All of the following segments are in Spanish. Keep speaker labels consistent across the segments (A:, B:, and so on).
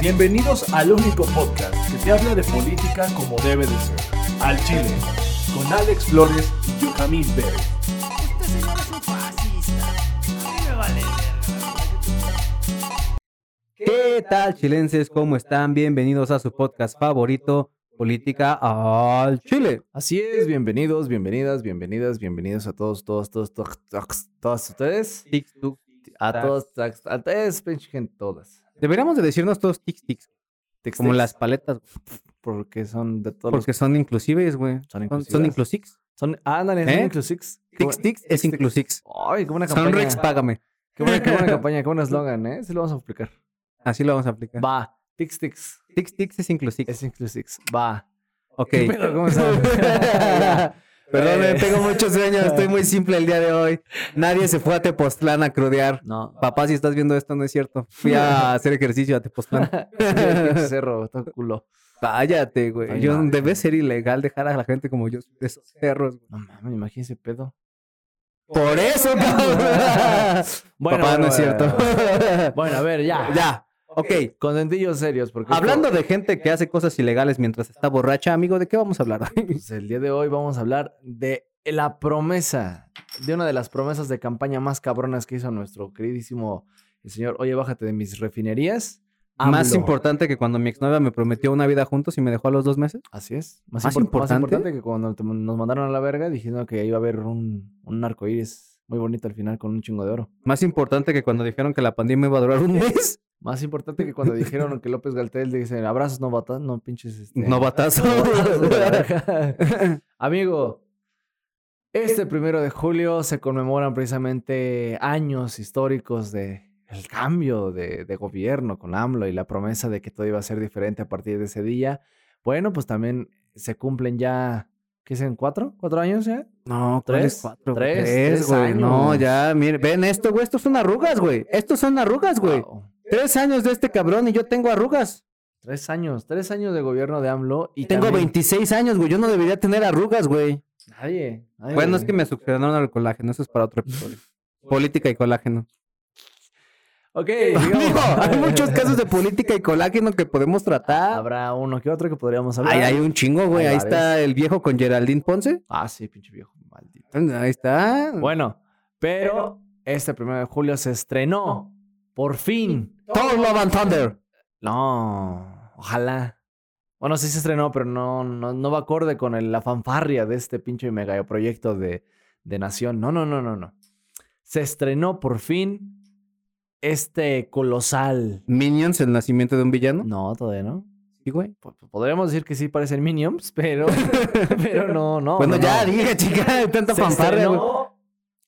A: Bienvenidos al único podcast que te habla de política como debe de ser. Al Chile, con Alex Flores y Jamil Pérez.
B: Este señor es un fascista. A mí me vale verga.
C: ¿Qué tal, chilenses? ¿Cómo están? Bienvenidos a su podcast favorito, Política al Chile.
D: Así es, bienvenidos, bienvenidas, bienvenidas, bienvenidos a todos, todos, todos, todos, todos, todas ustedes.
C: Tic, tuc, tic,
D: A
C: tac.
D: todos, tax- a ustedes, pinche gente, todas.
C: Deberíamos de decirnos todos tics tics,
D: Tex-
C: como
D: tex,
C: las paletas, güey,
D: Porque son de todos
C: porque son inclusives, güey.
D: Son
C: Son,
D: inclusivas.
C: son inclusix.
D: los... Son, ah, ándale,
C: ¿Eh?
D: son inclusix. Qué
C: Tics
D: bu-
C: tics es inclusix.
D: Ay, qué buena campaña.
C: Son Rex, págame.
D: Qué buena, qué buena campaña, qué buen eslogan, ¿eh? Se lo vamos a aplicar.
C: Así lo vamos a aplicar.
D: Va, Tix Tix
C: Tics tics es inclusix.
D: es inclusix. Va.
C: Ok.
D: ¿Qué pedo? ¿Cómo estás?
C: Perdón,
D: Eh.
C: tengo mucho sueño, estoy muy simple el día de hoy. Nadie se fue a Tepoztlán a crudear.
D: no.
C: Papá, si estás viendo esto, no es cierto. Fui a hacer ejercicio a Tepoztlán.
D: pinche cerro, está culo.
C: Cállate, güey.
D: Ay,
C: Yo,
D: madre.
C: debe ser ilegal dejar a la gente como yo de esos cerros. güey.
D: No mames, imagínese pedo.
C: Por eso, cabrón. Papá, no es cierto.
D: eh, Bueno, a ver, ya.
C: ya. Ok.
D: Con dentillos serios, porque...
C: Hablando de gente que hace cosas ilegales mientras está borracha, amigo, ¿de qué vamos a hablar?
D: Pues el día de hoy vamos a hablar de la promesa, de una de las promesas de campaña más cabronas que hizo nuestro queridísimo el señor, oye, bájate de mis refinerías.
C: Más
D: AMLO.
C: importante que cuando mi exnovia me prometió una vida juntos y me dejó a los dos meses.
D: Así es. Más,
C: ¿Más
D: impor- más
C: importante?
D: importante que cuando te- nos mandaron a la verga diciendo que iba a haber un, un arco muy bonito al final con un chingo de oro.
C: Más importante que cuando dijeron que la pandemia iba a durar un mes.
D: Más importante que cuando dijeron que López Galtel dice abrazos, no batas, no pinches. Este,
C: Novatazo.
D: Abrazos de la verga". Amigo, este primero de julio se conmemoran precisamente años históricos de el cambio de, de gobierno con AMLO y la promesa de que todo iba a ser diferente a partir de ese día. Bueno, pues también se cumplen ya, ¿qué dicen? ¿Cuatro? ¿Cuatro años ya?
C: No,
D: Tres,
C: tres, cuatro,
D: tres,
C: tres,
D: tres
C: güey. No,
D: años.
C: ya, miren, ven esto, güey, estos son arrugas, güey. Estos son arrugas, güey.
D: Wow.
C: Tres años de este cabrón y yo tengo arrugas.
D: Tres años, tres años de gobierno de AMLO y
C: tengo
D: también-
C: 26 años, güey. Yo no debería tener arrugas, güey.
D: Nadie, nadie.
C: Bueno, es que me succionaron el colágeno. Eso es para otro episodio. Política y colágeno.
D: Ok,
C: Amigo,
D: digamos-
C: hay muchos casos de política y colágeno que podemos tratar.
D: Habrá uno que otro que podríamos hablar.
C: Ah, Ay, hay un chingo, güey.
D: Hay
C: Ahí está el viejo con Geraldine Ponce.
D: Ah, sí, pinche viejo, maldito.
C: Ahí está.
D: Bueno, pero este primero de julio se estrenó. Por fin.
C: Thor Love and Thunder.
D: No, ojalá. Bueno, sí se estrenó, pero no, no, no va acorde con el- la fanfarria de este pinche megaproyecto de, de Nación. No, no, no, no, no. Se estrenó por fin este colosal.
C: Minions, el nacimiento de un villano.
D: No, todavía no.
C: Sí, güey.
D: Po- po- Podríamos decir que sí parecen Minions, pero, pero no, no.
C: bueno,
D: no,
C: ya
D: no.
C: dije, chica, de tanta
D: Se
C: fanfarria, güey.
D: estrenó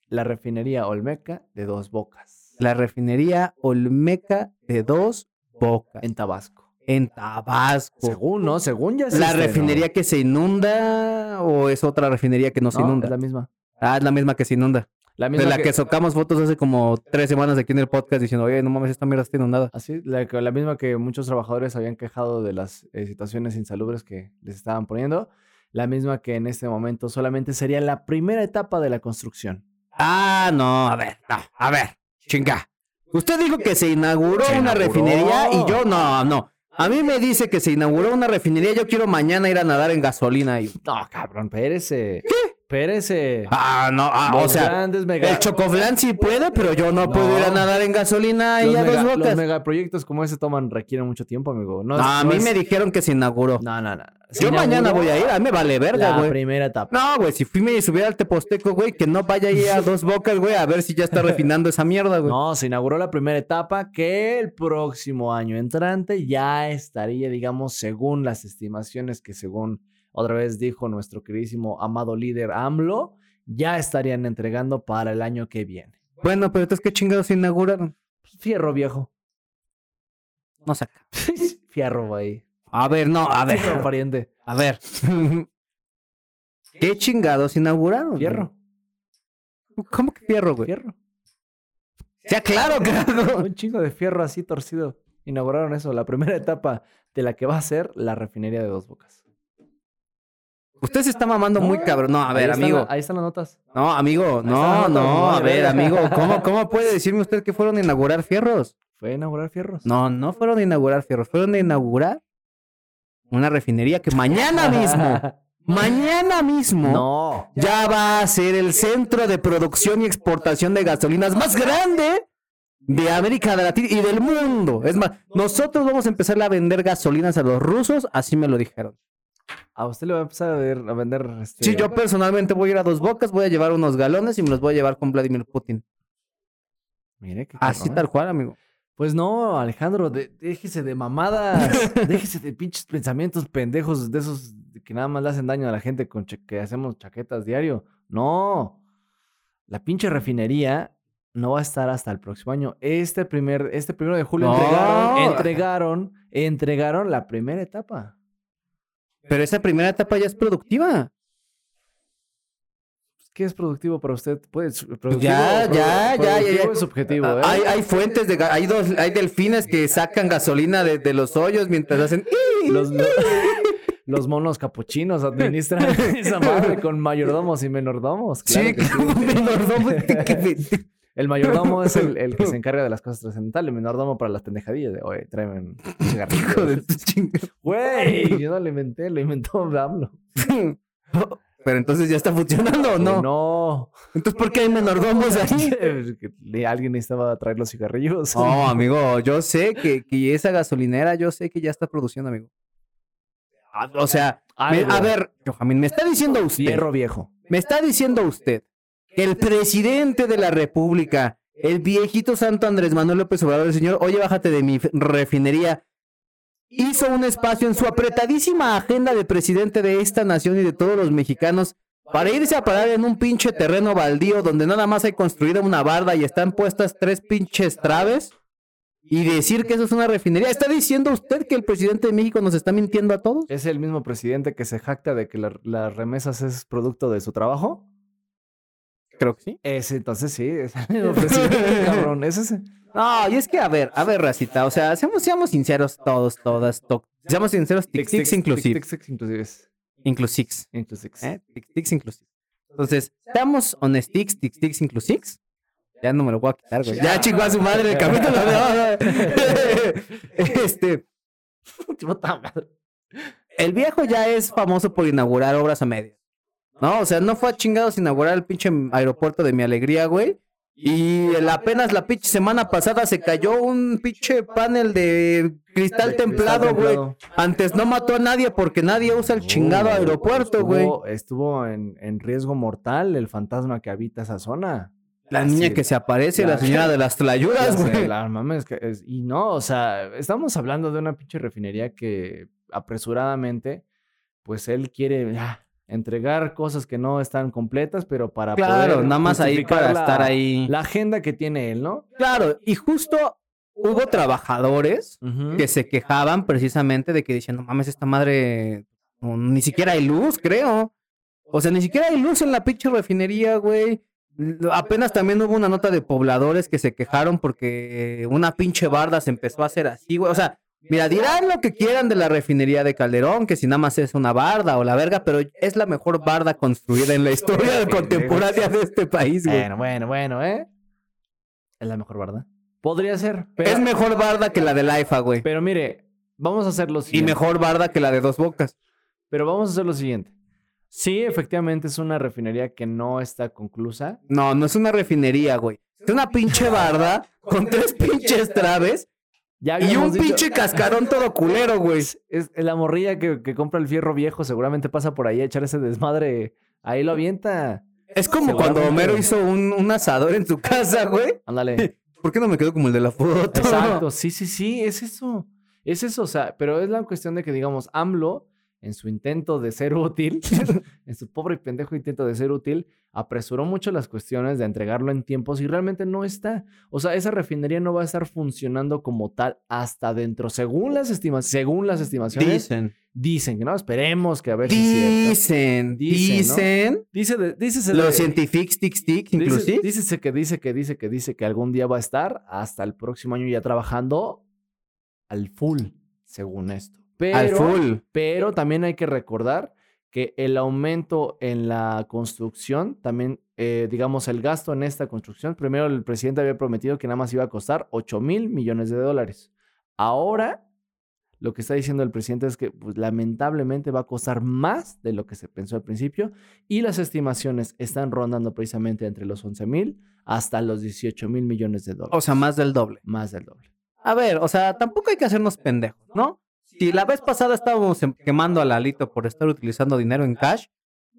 D: la refinería Olmeca de Dos Bocas
C: La refinería Olmeca de dos bocas.
D: en Tabasco.
C: en Tabasco.
D: Según, ¿no? Según ya se
C: ¿La
D: estrenó.
C: refinería que se inunda o es otra refinería que no se
D: No,
C: inunda?
D: es la misma.
C: Ah, es la misma que se inunda.
D: La
C: De
D: misma
C: la que... socamos fotos hace como tres semanas aquí en el podcast diciendo, oye, no mames, esta mierda está inundada.
D: Así, la, que- la misma que muchos trabajadores habían quejado de las eh, situaciones insalubres que les estaban poniendo. La misma que en este momento solamente sería la primera etapa de la construcción.
C: Ah, no, a ver, no, a ver, chinga. Usted dijo que se inauguró
D: Se
C: una
D: inauguró.
C: refinería y yo no, no. A mí me dice que se inauguró una refinería, yo quiero mañana ir a nadar en gasolina. Y...
D: No, cabrón, pérese. ¿Qué? Pérese.
C: Ah, no, ah, o
D: Los
C: sea,
D: grandes mega-
C: el chocoflan sí puede, pero yo no,
D: No.
C: puedo ir a nadar en gasolina y
D: los
C: a
D: mega-
C: dos
D: los
C: bocas.
D: megaproyectos como ese toman requieren mucho tiempo, amigo. No,
C: a
D: no
C: mí
D: es-
C: me dijeron que se inauguró.
D: No, no, no. Se
C: Yo mañana
D: inauguró
C: voy a ir, a mí me vale verga,
D: La
C: güey.
D: primera etapa.
C: No, güey, si fui me subiera al Teposteco, güey, que no vaya ahí a dos bocas, güey, a ver si ya está refinando esa mierda, güey.
D: No, se inauguró la primera etapa que el próximo año entrante ya estaría, digamos, según las estimaciones que según otra vez dijo nuestro queridísimo amado líder AMLO, ya estarían entregando para el año que viene.
C: Bueno, pero entonces qué chingados se inauguraron.
D: Fierro viejo.
C: No saca.
D: Fierro ahí.
C: A ver, no, a ver.
D: Fierro, pariente.
C: A ver. ¿Qué chingados inauguraron? güey?
D: Fierro.
C: ¿Cómo que fierro, güey?
D: Fierro.
C: Ya, claro, claro.
D: Un chingo de fierro así torcido. Inauguraron eso, la primera etapa de la que va a ser la refinería de dos bocas.
C: Usted se está mamando muy cabrón. No, a
D: Ahí
C: ver,
D: están
C: amigo.
D: la- ahí están las notas.
C: No, amigo, no,
D: está,
C: no,
D: vale,
C: a ver,
D: verga.
C: amigo, ¿cómo, ¿cómo puede decirme usted que fueron a inaugurar fierros?
D: Fue a inaugurar fierros.
C: No, no fueron a inaugurar fierros, fueron a inaugurar una refinería que mañana mismo, mañana mismo,
D: no.
C: ya va a ser el centro de producción y exportación de gasolinas más grande de América Latina y del mundo. Es más, nosotros vamos a empezar a vender gasolinas a los rusos, así me lo dijeron.
D: A usted le va a empezar a, ver- a vender. este,
C: Sí, yo personalmente voy a ir a dos bocas, voy a llevar unos galones y me los voy a llevar con Vladimir Putin.
D: Mire qué
C: Así
D: cabrón.
C: tal cual, amigo.
D: Pues no, Alejandro, de- déjese de mamadas, déjese de pinches pensamientos pendejos de esos que nada más le hacen daño a la gente con cha- que hacemos chaquetas diario. No, la pinche refinería no va a estar hasta el próximo año. Este primer, este primero de julio
C: No.
D: entregaron, entregaron, entregaron la primera etapa.
C: Pero esa primera etapa ya es productiva.
D: Pues, ¿Qué es productivo para usted? Pues, productivo,
C: ya,
D: pro-
C: ya, ya, ya,
D: productivo
C: ya.
D: es subjetivo, ¿eh?
C: Hay, hay fuentes de ga- hay dos, hay delfines que sacan gasolina de, de los hoyos mientras hacen
D: Los, lo- los monos capuchinos administran esa madre con mayordomos y menordomos. claro
C: Sí,
D: que sí.
C: como menordomo. Qué pe-
D: El mayordomo es el, el que se encarga de las cosas trascendentales. El menordomo para las pendejadillas de, oye, tráeme un
C: hijo de
D: cigarrillo.
C: tu chinga.
D: Güey, yo no lo inventé, lo inventó AMLO.
C: Pero entonces ya está funcionando o no?
D: No.
C: Entonces ¿por qué hay menordomos ahí?
D: Que Alguien necesitaba traer los cigarrillos.
C: No, amigo, yo sé que, que esa gasolinera, yo sé que ya está produciendo, amigo. Ah, O sea, me-
D: Algo.
C: a ver, Johamín, me está diciendo usted.
D: Fierro viejo.
C: Me está diciendo usted que el presidente de la República, el viejito santo Andrés Manuel López Obrador, el señor, oye, bájate de mi f- refinería, hizo un espacio en su apretadísima agenda de presidente de esta nación y de todos los mexicanos para irse a parar en un pinche terreno baldío donde nada más hay construida una barda y están puestas tres pinches traves y decir que eso es una refinería. ¿Está diciendo usted que el presidente de México nos está mintiendo a todos?
D: Es el mismo presidente que se jacta de que la- las remesas es producto de su trabajo.
C: Creo que sí.
D: Es entonces sí, es el mismo presidente, cabrón. Es ese.
C: No, y es que, a ver, a ver, racita, o sea, seamos, seamos sinceros todos, todas, to- seamos sinceros, tic tics inclusive,
D: Tic tics inclusives.
C: inclusives,
D: Inclusives.
C: ¿eh? Tic tics inclusive. Entonces, seamos honestics, tic tics inclusives. Ya no me lo voy a quitar, güey. Ya chingó a su madre el capítulo. no, no. este,
D: Puta madre.
C: el viejo ya es famoso por inaugurar obras a medias. No, o sea, no fue a chingados inaugurar el pinche aeropuerto de mi alegría, güey. Y el- apenas la pinche semana pasada se cayó un pinche panel de cristal templado, güey.
D: templado.
C: Antes no mató a nadie porque nadie usa el chingado
D: No,
C: aeropuerto, güey.
D: estuvo- Estuvo en, en riesgo mortal el fantasma que habita esa zona.
C: La niña
D: sí.
C: que se aparece, la
D: Ya.
C: señora de las
D: Ya
C: tlayudas,
D: sé,
C: güey.
D: la mames que es- y no, o sea, estamos hablando de una pinche refinería que apresuradamente, pues él quiere ya, entregar cosas que no están completas, pero para
C: Claro,
D: poder
C: nada más ahí
D: justificar
C: para
D: la-
C: estar ahí.
D: La agenda que tiene él, ¿no?
C: Claro, y justo hubo trabajadores que
D: Que-
C: se quejaban precisamente de que decían, no mames, esta madre, no, ni siquiera hay luz, creo. O sea, ni siquiera hay luz en la pinche refinería, güey. L- Apenas también hubo una nota de pobladores que se quejaron porque una pinche barda se empezó a hacer así, güey. O sea, mira, dirán lo que quieran de la refinería de Calderón, que si nada más es una barda o la verga, pero es la mejor barda construida en la historia contemporánea de este país, güey.
D: Bueno, bueno, bueno, ¿eh? Es la mejor, ¿verdad? Podría ser, pero,
C: Es mejor barda que la de la IFA, güey.
D: pero mire, vamos a hacer lo
C: Y
D: siguiente.
C: mejor barda que la de Dos Bocas.
D: Pero vamos a hacer lo siguiente. Sí, efectivamente es una refinería que no está conclusa.
C: No, no es una refinería, güey. Es una pinche barda con tres pinches traves
D: Ya
C: y un
D: habíamos dicho-
C: pinche cascarón todo culero, güey.
D: Es la morrilla que, que compra el fierro viejo, seguramente pasa por ahí a echar ese desmadre. Ahí lo avienta.
C: Es como cuando
D: Seguramente.
C: Homero hizo un, un asador en su casa, güey.
D: Ándale.
C: ¿Por qué no me quedo como el de la foto?
D: Exacto. Sí, sí, sí, es eso. Es eso, o sea, pero es la cuestión de que, digamos, AMLO en su intento de ser útil, en su pobre y pendejo intento de ser útil, apresuró mucho las cuestiones de entregarlo en tiempos y realmente no está. O sea, esa refinería no va a estar funcionando como tal hasta dentro, según las, estima según las estimaciones.
C: Dicen.
D: Dicen que no, esperemos que a ver si Pues es cierto.
C: Dicen. Dicen.
D: Dice, de- dícese de-
C: Los científicos tic tic,
D: dice-
C: inclusive.
D: dícese que dice que dice que dice que algún día va a estar hasta el próximo año ya trabajando al full, según esto. Pero,
C: Al full.
D: pero también hay que recordar que el aumento en la construcción, también, eh, digamos, el gasto en esta construcción, primero el presidente había prometido que nada más iba a costar 8 mil millones de dólares. Ahora, lo que está diciendo el presidente es que pues, lamentablemente va a costar más de lo que se pensó al principio y las estimaciones están rondando precisamente entre los 11 mil hasta los 18 mil millones de dólares.
C: O sea, más del doble.
D: más del doble.
C: A ver, o sea, tampoco hay que hacernos pendejos, ¿no? Si la vez pasada estábamos em- quemando a Lalito por estar utilizando dinero en cash,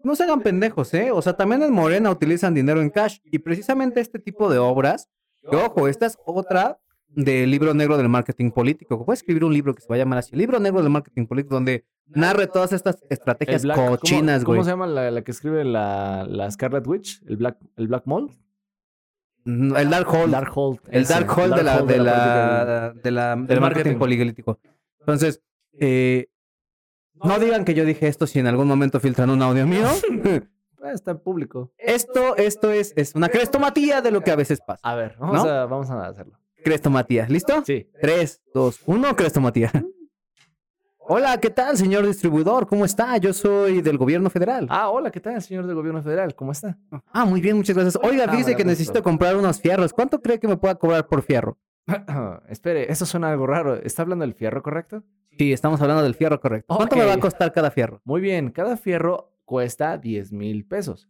C: no se hagan pendejos, ¿eh? O sea, también en Morena utilizan dinero en cash. Y precisamente este tipo de obras, que, ojo, esta es otra del libro negro del marketing político. Voy a escribir un libro que se va a llamar así, libro negro del marketing político, donde narre todas estas
D: El
C: estrategias
D: Black- ¿cómo-
C: cochinas,
D: ¿Cómo,
C: güey.
D: se llama la, la que escribe la, la Scarlet Witch? ¿El Black, el Black Mold?
C: Mm, El Dark Hole.
D: Dark Hold.
C: El
D: ese,
C: Dark Hall de la,
D: Dark Hall
C: de
D: política.
C: la, de la- del marketing
D: marketing.
C: políglítico. Entonces, eh, no digan que yo dije esto si en algún momento filtran un audio mío.
D: Ah, Está en público.
C: Esto, esto es, es una crestomatía de lo que a veces pasa.
D: A ver, vamos,
C: ¿No?
D: a, vamos a hacerlo.
C: Crestomatía, ¿listo?
D: Sí.
C: Tres, dos, uno, crestomatía. Hola, ¿qué tal, señor distribuidor? ¿Cómo está? Yo soy del gobierno federal.
D: Ah, hola, ¿qué tal, señor del gobierno federal? ¿Cómo está?
C: Ah, muy bien, muchas gracias. Oiga,
D: Ah,
C: fíjese
D: me da
C: que
D: gusto.
C: necesito comprar unos fierros. ¿Cuánto cree que me pueda cobrar por fierro?
D: Espere, eso suena algo raro. ¿Está hablando del fierro, correcto?
C: Sí, estamos hablando del fierro correcto. ¿Cuánto me
D: Ok.
C: va a costar cada fierro?
D: Muy bien, cada fierro cuesta 10 mil pesos.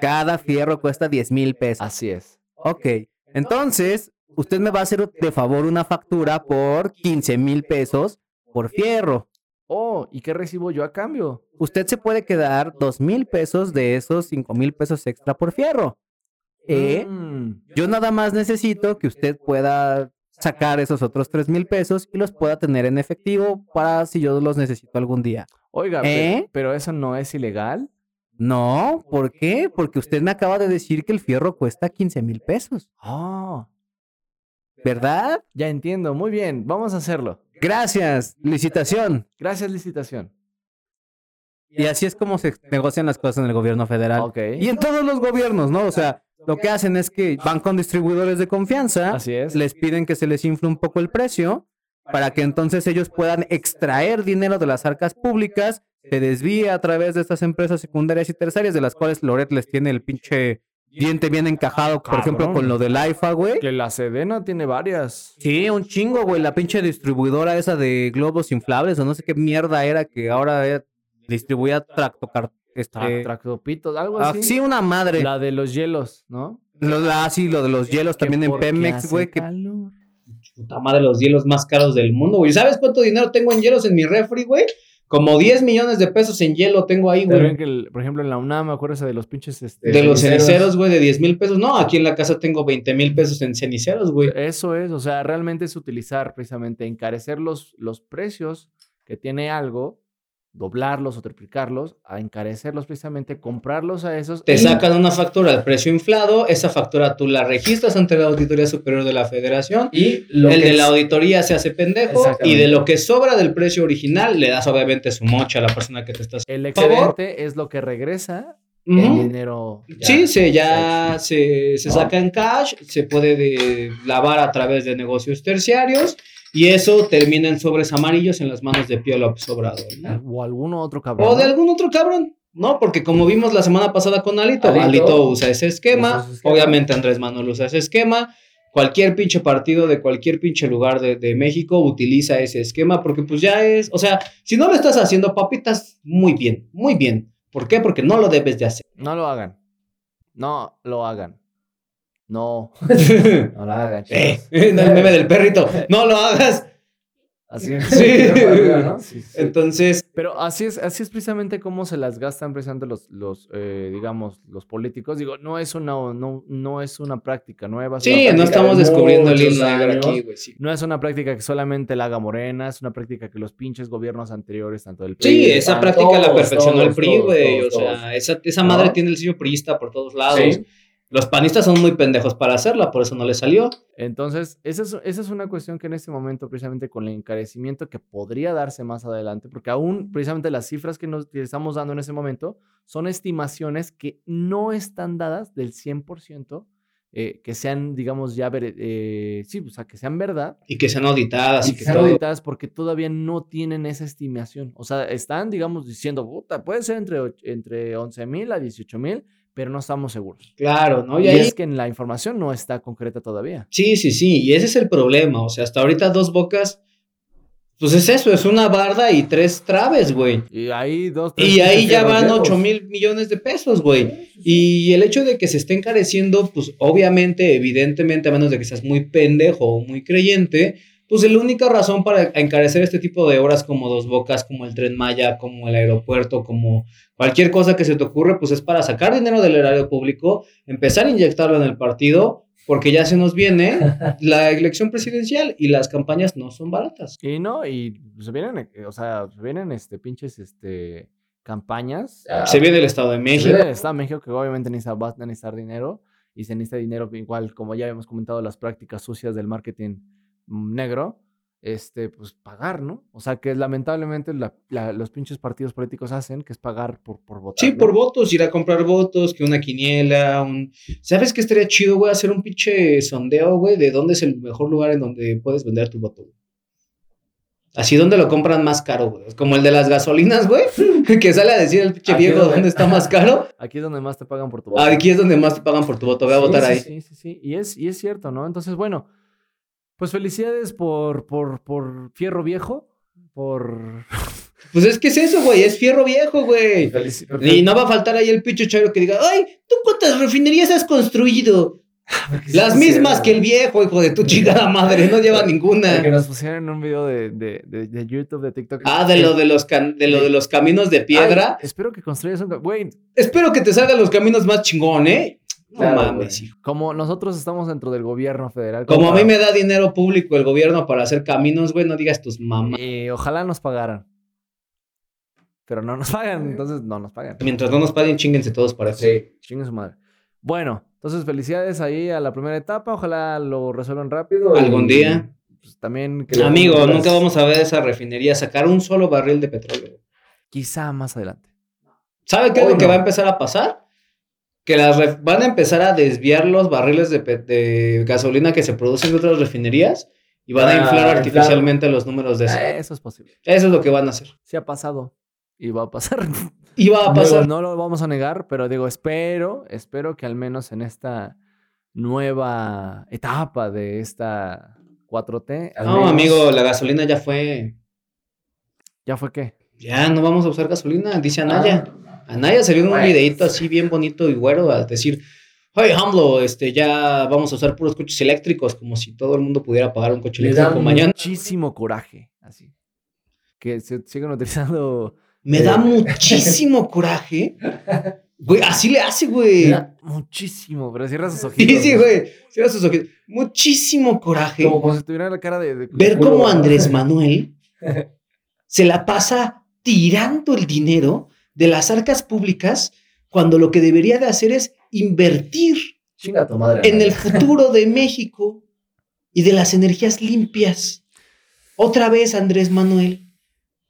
C: Cada fierro cuesta 10 mil pesos.
D: Así es.
C: Ok. Entonces, usted me va a hacer de favor una factura por 15 mil pesos por fierro.
D: Oh, ¿y qué recibo yo a cambio?
C: Usted se puede quedar 2 mil pesos de esos 5 mil pesos extra por fierro. Eh,
D: Mm,
C: yo nada más necesito que usted pueda sacar esos otros 3 mil pesos y los pueda tener en efectivo para si yo los necesito algún día.
D: Oiga,
C: ¿Eh?
D: pe- pero eso no es ilegal.
C: No, ¿por qué? Porque usted me acaba de decir que el fierro cuesta 15 mil pesos,
D: Oh,
C: ¿verdad?
D: ya entiendo. Muy bien, vamos a hacerlo.
C: Gracias, licitación.
D: Gracias, licitación.
C: Y así es como se negocian las cosas en el gobierno federal.
D: Ok.
C: Y en todos los gobiernos, ¿no? O sea, lo que hacen es que van con distribuidores de confianza,
D: Así es.
C: les piden que se les infle un poco el precio para que entonces ellos puedan extraer dinero de las arcas públicas, se desvía a través de estas empresas secundarias y terciarias, de las cuales Loret les tiene el pinche diente bien encajado, por ejemplo,
D: Cabrón.
C: con lo del IFA, güey.
D: Que la Sedena tiene varias.
C: Sí, un chingo, güey. La pinche distribuidora esa de globos inflables o no sé qué mierda era que ahora eh, distribuía tractocar...
D: Tra-
C: Este...
D: Tractopitos, algo
C: Ah,
D: así.
C: sí, una madre.
D: Ah, La de los hielos, ¿no?
C: Lo, la- ah, sí, lo de los hielos también en
D: porque
C: Pemex,
D: hace
C: güey. Que
D: calor.
C: puta madre, los hielos más caros del mundo, güey. ¿Sabes cuánto dinero tengo en hielos en mi refri, güey? Como 10 millones de pesos en hielo tengo ahí,
D: Está bien
C: güey.
D: que, el- por ejemplo, en la UNAM, me acuerdo esa de los pinches. este,
C: De los ceniceros, güey, de 10 mil pesos. No, aquí en la casa tengo 20 mil pesos en ceniceros, güey.
D: Eso es, o sea, realmente es utilizar precisamente encarecer los, los precios que tiene algo, doblarlos o triplicarlos, a encarecerlos precisamente, comprarlos a esos.
E: Te
D: y-
E: sacan una factura al precio inflado, esa factura tú la registras ante la Auditoría Superior de la Federación y el
C: que
E: de
C: es-
E: la auditoría se hace pendejo y
D: Exactamente.
E: de lo que sobra del precio original le das obviamente su mocha a la persona que te está
D: El
E: favor.
D: excedente es lo que regresa
E: Ujú.
D: el dinero. ya
E: Sí, se ya se, se saca en cash, se puede de- lavar a través de negocios terciarios y eso termina en sobres amarillos en las manos de Pío López Obrador, ¿no?
D: O algún otro cabrón.
E: O de algún otro cabrón. No, porque como vimos la semana pasada con Alito,
D: Alito.
E: Alito, usa ese esquema.
D: Usa ese esquema.
E: Obviamente Andrés Manuel usa ese esquema. Cualquier pinche partido de cualquier pinche lugar de, de México utiliza ese esquema porque pues ya es, o sea, si no lo estás haciendo, papitas, muy bien, muy bien. ¿Por qué? Porque no lo debes de hacer.
D: No lo hagan. No lo hagan. No. No lo hagan,
E: Eh,
D: chicos.
E: el meme del perrito, no lo hagas.
D: Así es.
E: Sí.
D: ¿no? Sí, sí.
E: Entonces,
D: Pero así es, así es precisamente cómo se las gastan precisamente los, los eh, digamos, los políticos. Digo, no es una, no, no es una práctica nueva. es una
E: sí, no
D: práctica
E: estamos
D: de
E: descubriendo el
D: muchos
E: hilo negro
D: años.
E: aquí, güey. Sí,
D: No es una práctica que solamente la haga Morena, es una práctica que los pinches gobiernos anteriores, tanto del
E: Sí,
D: PRI,
E: esa
D: PAN,
E: práctica la
D: todos,
E: perfeccionó el
D: todos,
E: PRI,
D: todos,
E: güey. O
D: todos,
E: sea,
D: todos.
E: esa, esa
D: ¿No?
E: madre tiene el sello priista por todos lados.
D: Sí.
E: Los panistas son muy pendejos para hacerla, por eso no les salió.
D: Entonces, esa es, esa es una cuestión que en este momento, precisamente con el encarecimiento que podría darse más adelante, porque aún precisamente las cifras que nos que estamos dando en ese momento son estimaciones que no están dadas del 100%, eh, que sean, digamos, ya, ver- eh, sí, o sea, que sean verdad,
E: Y que sean auditadas y,
D: y
E: que
D: que están
E: todo.
D: auditadas porque todavía no tienen esa estimación. O sea, están, digamos, diciendo, puta, puede ser entre, och- entre 11 mil a 18 mil, pero no estamos seguros.
E: Claro, ¿no? Y,
D: y
E: ahí.
D: es que en la información no está concreta todavía.
E: Sí, sí, sí. Y ese es el problema. O sea, hasta ahorita dos bocas. Pues es eso, es una barda y tres traves, güey.
D: Y ahí dos, tres
E: Y ahí
D: pinches
E: ya van
D: fierros
E: 8
D: viejos.
E: mil millones de pesos, güey. Y el hecho de que se esté encareciendo, pues obviamente, evidentemente, a menos de que seas muy pendejo o muy creyente, pues la única razón para encarecer este tipo de obras como Dos Bocas, como el Tren Maya, como el aeropuerto, como cualquier cosa que se te ocurre, pues es para sacar dinero del erario público, empezar a inyectarlo en el partido, porque ya se nos viene la elección presidencial y las campañas no son baratas.
D: Y no, y se vienen, eh, o sea, se vienen este, pinches este, campañas.
E: Se viene el Estado de Ah, México.
D: Está México, que obviamente necesita, va a necesitar dinero. Y se necesita dinero, igual como ya habíamos comentado, las prácticas sucias del marketing mm, negro. Este, pues pagar, ¿no? O sea, que lamentablemente la- la- los pinches partidos políticos hacen, que es pagar por, por votar.
E: Sí,
D: ¿no?
E: por votos, ir a comprar votos, que una quiniela, un... ¿Sabes qué estaría chido, güey? Hacer un pinche sondeo, güey, de dónde es el mejor lugar en donde puedes vender tu voto. güey. Así donde lo compran más caro, güey. Es Como el de las gasolinas, güey, que sale a decir el pinche
D: Aquí
E: viejo
D: donde-
E: dónde está más caro.
D: Aquí es donde más te pagan por tu voto.
E: Aquí es donde más te pagan por tu voto, voy a
D: Sí,
E: votar
D: sí,
E: ahí.
D: Sí, sí, sí. Y es, y es cierto, ¿no? Entonces, bueno, pues felicidades por, por, por Fierro Viejo, por...
E: Pues es que es eso, güey, es fierro viejo, güey.
D: Felici-
E: Y no va a faltar ahí el pinche chairo que diga, ay, ¿tú cuántas refinerías has construido? Las mismas que el viejo, hijo de tu chingada madre, no lleva ninguna.
D: Que nos pusieron en un video de, de, de, de YouTube, de TikTok.
E: Ah, de lo de los, can- de lo de los caminos de piedra.
D: Ay, espero que construyas un... ca- Güey,
E: Espero que te salgan los caminos más chingón, ¿eh? No
D: Claro,
E: mames,
D: güey.
E: hijo.
D: como nosotros estamos dentro del gobierno federal.
E: Como a mí me da dinero público el gobierno para hacer caminos, güey, no digas tus mamás.
D: Y ojalá nos pagaran. Pero no nos pagan, entonces no nos pagan.
E: Mientras no nos paguen, chinguense todos para eso.
D: Chingue su madre. Bueno, entonces felicidades ahí a la primera etapa. Ojalá lo resuelvan rápido.
E: Algún
D: y,
E: día.
D: pues, también.
E: Amigo, nunca vamos a ver esa refinería sacar un solo barril de petróleo.
D: Quizá más adelante.
E: ¿Sabe qué es lo
D: Hoy
E: que
D: no.
E: va a empezar a pasar? Que las ref- van a empezar a desviar los barriles de, pe- de gasolina que se producen de otras refinerías y van a
D: Ah,
E: inflar
D: inflar.
E: artificialmente los números de eso.
D: Eh, Eso es posible.
E: Eso es lo que van a hacer.
D: Sí ha pasado. Y va a pasar.
E: Y va a
D: Digo,
E: pasar.
D: no lo vamos a negar, pero digo, espero, espero que al menos en esta nueva etapa de esta 4T. al
E: No,
D: menos-
E: amigo, la gasolina ya fue.
D: ¿Ya fue qué?
E: Ya no vamos a usar gasolina, dice Anaya.
D: Ah.
E: Anaya salió en un videito así bien bonito y güero a decir, oye, AMLO, este, ya vamos a usar puros coches eléctricos, como si todo el mundo pudiera pagar un coche
C: Le
E: eléctrico
C: dan
E: mañana.
D: Muchísimo coraje. Así. Que se siguen utilizando.
E: Me da muchísimo coraje. Güey, así le hace, güey.
D: Muchísimo, pero cierra sus
E: Sí,
D: ojitos.
E: sí, güey. Cierra sus ojitos. Muchísimo coraje.
D: Como, como si tuviera la cara de. de-
E: Ver
D: culo.
E: cómo Andrés Manuel se la pasa tirando el dinero de las arcas públicas cuando lo que debería de hacer es invertir
D: Chinga tu madre.
E: en el futuro de México y de las energías limpias. Otra vez, Andrés Manuel,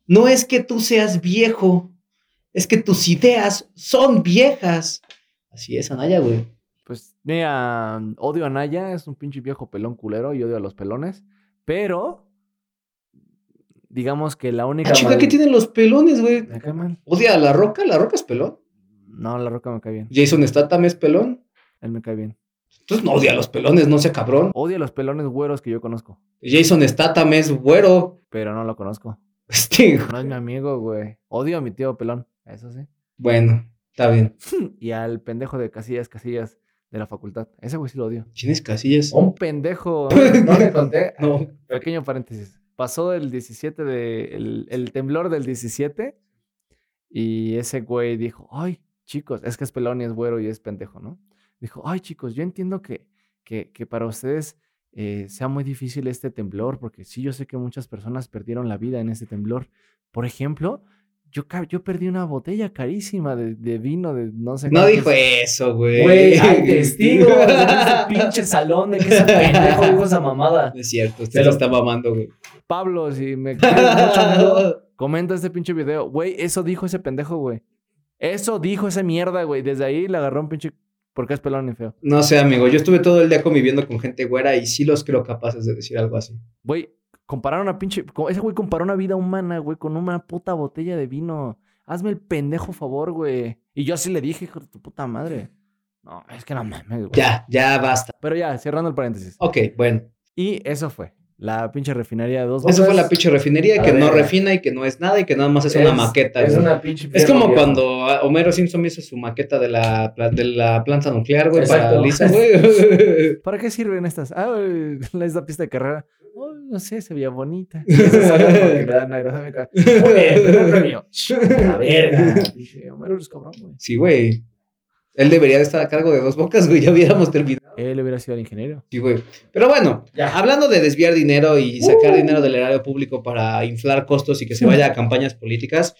E: no es que tú seas viejo, es que tus ideas son viejas. Así es, Anaya, güey.
D: Pues mira, odio a Naya, es un pinche viejo pelón culero y odio a los pelones, pero digamos que la única...
E: La Ah, chica que tienen los pelones, güey.
D: ¿Me cae mal?
E: Odia a la roca, la roca es pelón.
D: No, la roca me cae bien,
E: Jason Statham es pelón.
D: él me cae bien.
E: Entonces no odia a los pelones, no sea cabrón.
D: Odio a los pelones güeros que yo conozco,
E: Jason Statham es güero.
D: pero no lo conozco.
E: Este,
D: No es mi amigo, güey. Odio a mi tío pelón, eso sí.
E: bueno, está bien.
D: Y al pendejo de Casillas, Casillas de la facultad. Ese güey sí lo odio.
E: ¿Quién es Casillas?
D: Un pendejo.
C: No le conté.
E: No.
D: Pequeño paréntesis. pasó el 17 de, el, el temblor del 17 y ese güey dijo, ay, chicos, es que es pelón y es güero y es pendejo, ¿no? Dijo, ay, chicos, yo entiendo que, que, que para ustedes eh, sea muy difícil este temblor, porque sí, yo sé que muchas personas perdieron la vida en este temblor. Por ejemplo, yo, ca- yo perdí una botella carísima de, de vino de no sé
E: No
D: cuántos-
E: dijo eh. eso, güey.
D: Güey, hay testigos en ese pinche salón de que ese pendejo dijo esa mamada.
E: No es cierto, usted
D: Pero-
E: lo está mamando, güey.
D: Pablo, si me quieres mucho, amigo, comenta este pinche video. Güey, eso dijo ese pendejo, güey. Eso dijo esa mierda, güey. Desde ahí le agarró un pinche... Porque es pelón y feo.
E: No sé, amigo. Yo estuve todo el día conviviendo con gente güera y sí los creo capaces de decir algo así.
D: Güey, compararon a pinche... co- Ese güey comparó una vida humana, güey, con una puta botella de vino. Hazme el pendejo favor, güey. Y yo así le dije, hijo de tu puta madre. No, es que no mames, güey.
E: Ya, ya basta.
D: Pero ya, cerrando el paréntesis.
E: Ok, bueno.
D: Y eso fue. La pinche refinería de dos
E: Eso fue
D: bocas.
E: la pinche refinería
D: A
E: que no
D: ver.
E: refina y que no es nada y que nada más es, una maqueta.
D: Es
E: güey.
D: una pinche
E: Es como
D: piedra,
E: cuando ah, Homero Simpson hizo su maqueta de la, pla- de la planta nuclear, güey, para
D: Exacto.
E: Lisa, güey.
D: ¿Para qué sirven estas? Ah, eh, esta pista de carrera. Oh, no sé, se veía bonita. Y eso sale porque me dan agradable. Muy bien, primer premio. La verga. Dije, Homero eres cabrón, güey.
E: Sí, güey. Él debería de estar a cargo de dos bocas, güey. Ya hubiéramos terminado.
D: Él hubiera sido el ingeniero.
E: Sí, güey. Pero bueno, hablando de desviar dinero y sacar dinero del erario público para inflar costos y que se vaya a campañas políticas,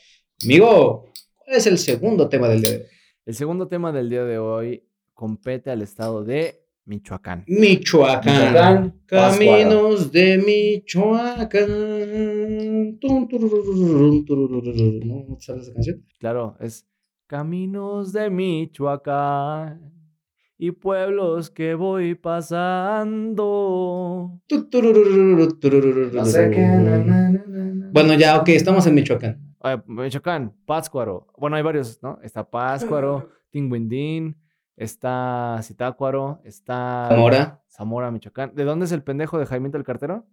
E: amigo, ¿cuál es el segundo tema del día de hoy?
D: El segundo tema del día de hoy compete al estado de Michoacán.
E: Michoacán.
D: Michoacán,
E: Caminos de Michoacán. Tum, tururururum, tururururum. ¿No sabes esa canción?
D: Claro, es caminos de Michoacán y pueblos que voy pasando.
E: Tu, tururururu, tururururu. Bueno, ya, ok, estamos en Michoacán.
D: Ah, Michoacán, Pátzcuaro. Bueno, hay varios, ¿no? Está Pátzcuaro, Tinguindín, está Zitácuaro, está
E: Zamora,
D: Zamora, Michoacán. ¿De dónde es el pendejo de Jaimito el Cartero?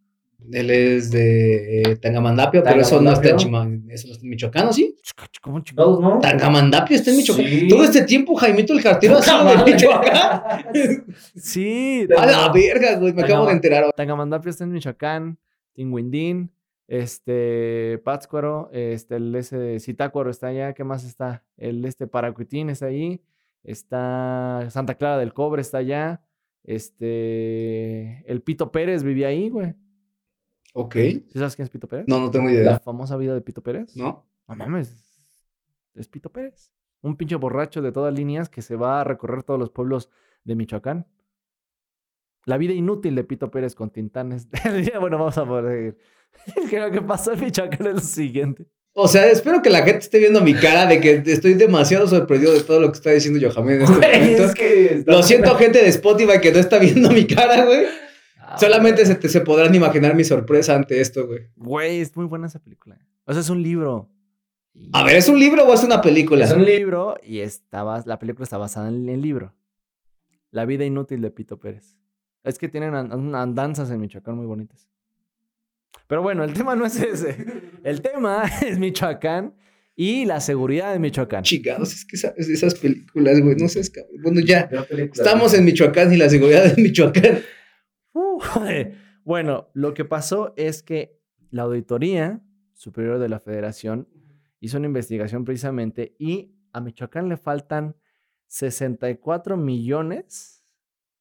E: él es de eh, Tangamandapio, pero eso no está en Chima- eso no está en Michoacán, ¿o sí?
D: Chica, chica, ¿Cómo chingados, no?
E: Tangamandapio está en Michoacán.
D: Sí.
E: Todo este tiempo Jaimito el Cartero ha sido de Michoacán.
D: Sí,
E: A la
D: Tanga-
E: verga, güey, me acabo de enterar. ahora.
D: Tangamandapio está en Michoacán, Tinguindín, este, Pátzcuaro, este, el ese de Zitácuaro está allá, ¿qué más está? El este Paracuitín está ahí, está Santa Clara del Cobre está allá, este, el Pito Pérez vivía ahí, güey.
E: Ok,
D: ¿Sí sabes quién es Pito Pérez?
E: no, no tengo
D: La
E: idea.
D: famosa vida de Pito Pérez.
E: ¿No?
D: No mames. Es Pito Pérez. Un pinche borracho de todas líneas que se va a recorrer todos los pueblos de Michoacán. La vida inútil de Pito Pérez con Tintanes. bueno, vamos a poder seguir. Es que lo que pasó en Michoacán es lo siguiente.
E: O sea, espero que la gente esté viendo mi cara de que estoy demasiado sorprendido de todo lo que está diciendo Yohamid en este momento.
D: que...
E: Lo siento, gente de Spotify que no está viendo mi cara, güey. Solamente se, te- se podrán imaginar mi sorpresa ante esto, güey.
D: Güey, es muy buena esa película. O sea, es un libro.
E: A ver, ¿es un libro o es una película?
D: Es un libro y está bas- la película está basada en el libro. La vida inútil de Pito Pérez. Es que tienen an- an- andanzas en Michoacán muy bonitas. Pero bueno, el tema no es ese. El tema es Michoacán y la seguridad de Michoacán.
E: Chingados, es que esa- es de esas películas, güey. No seas cabrón. Bueno, ya. Estamos en Michoacán y la seguridad de Michoacán.
D: Uh, joder. bueno, lo que pasó es que la Auditoría Superior de la Federación hizo una investigación precisamente y a Michoacán le faltan 64 millones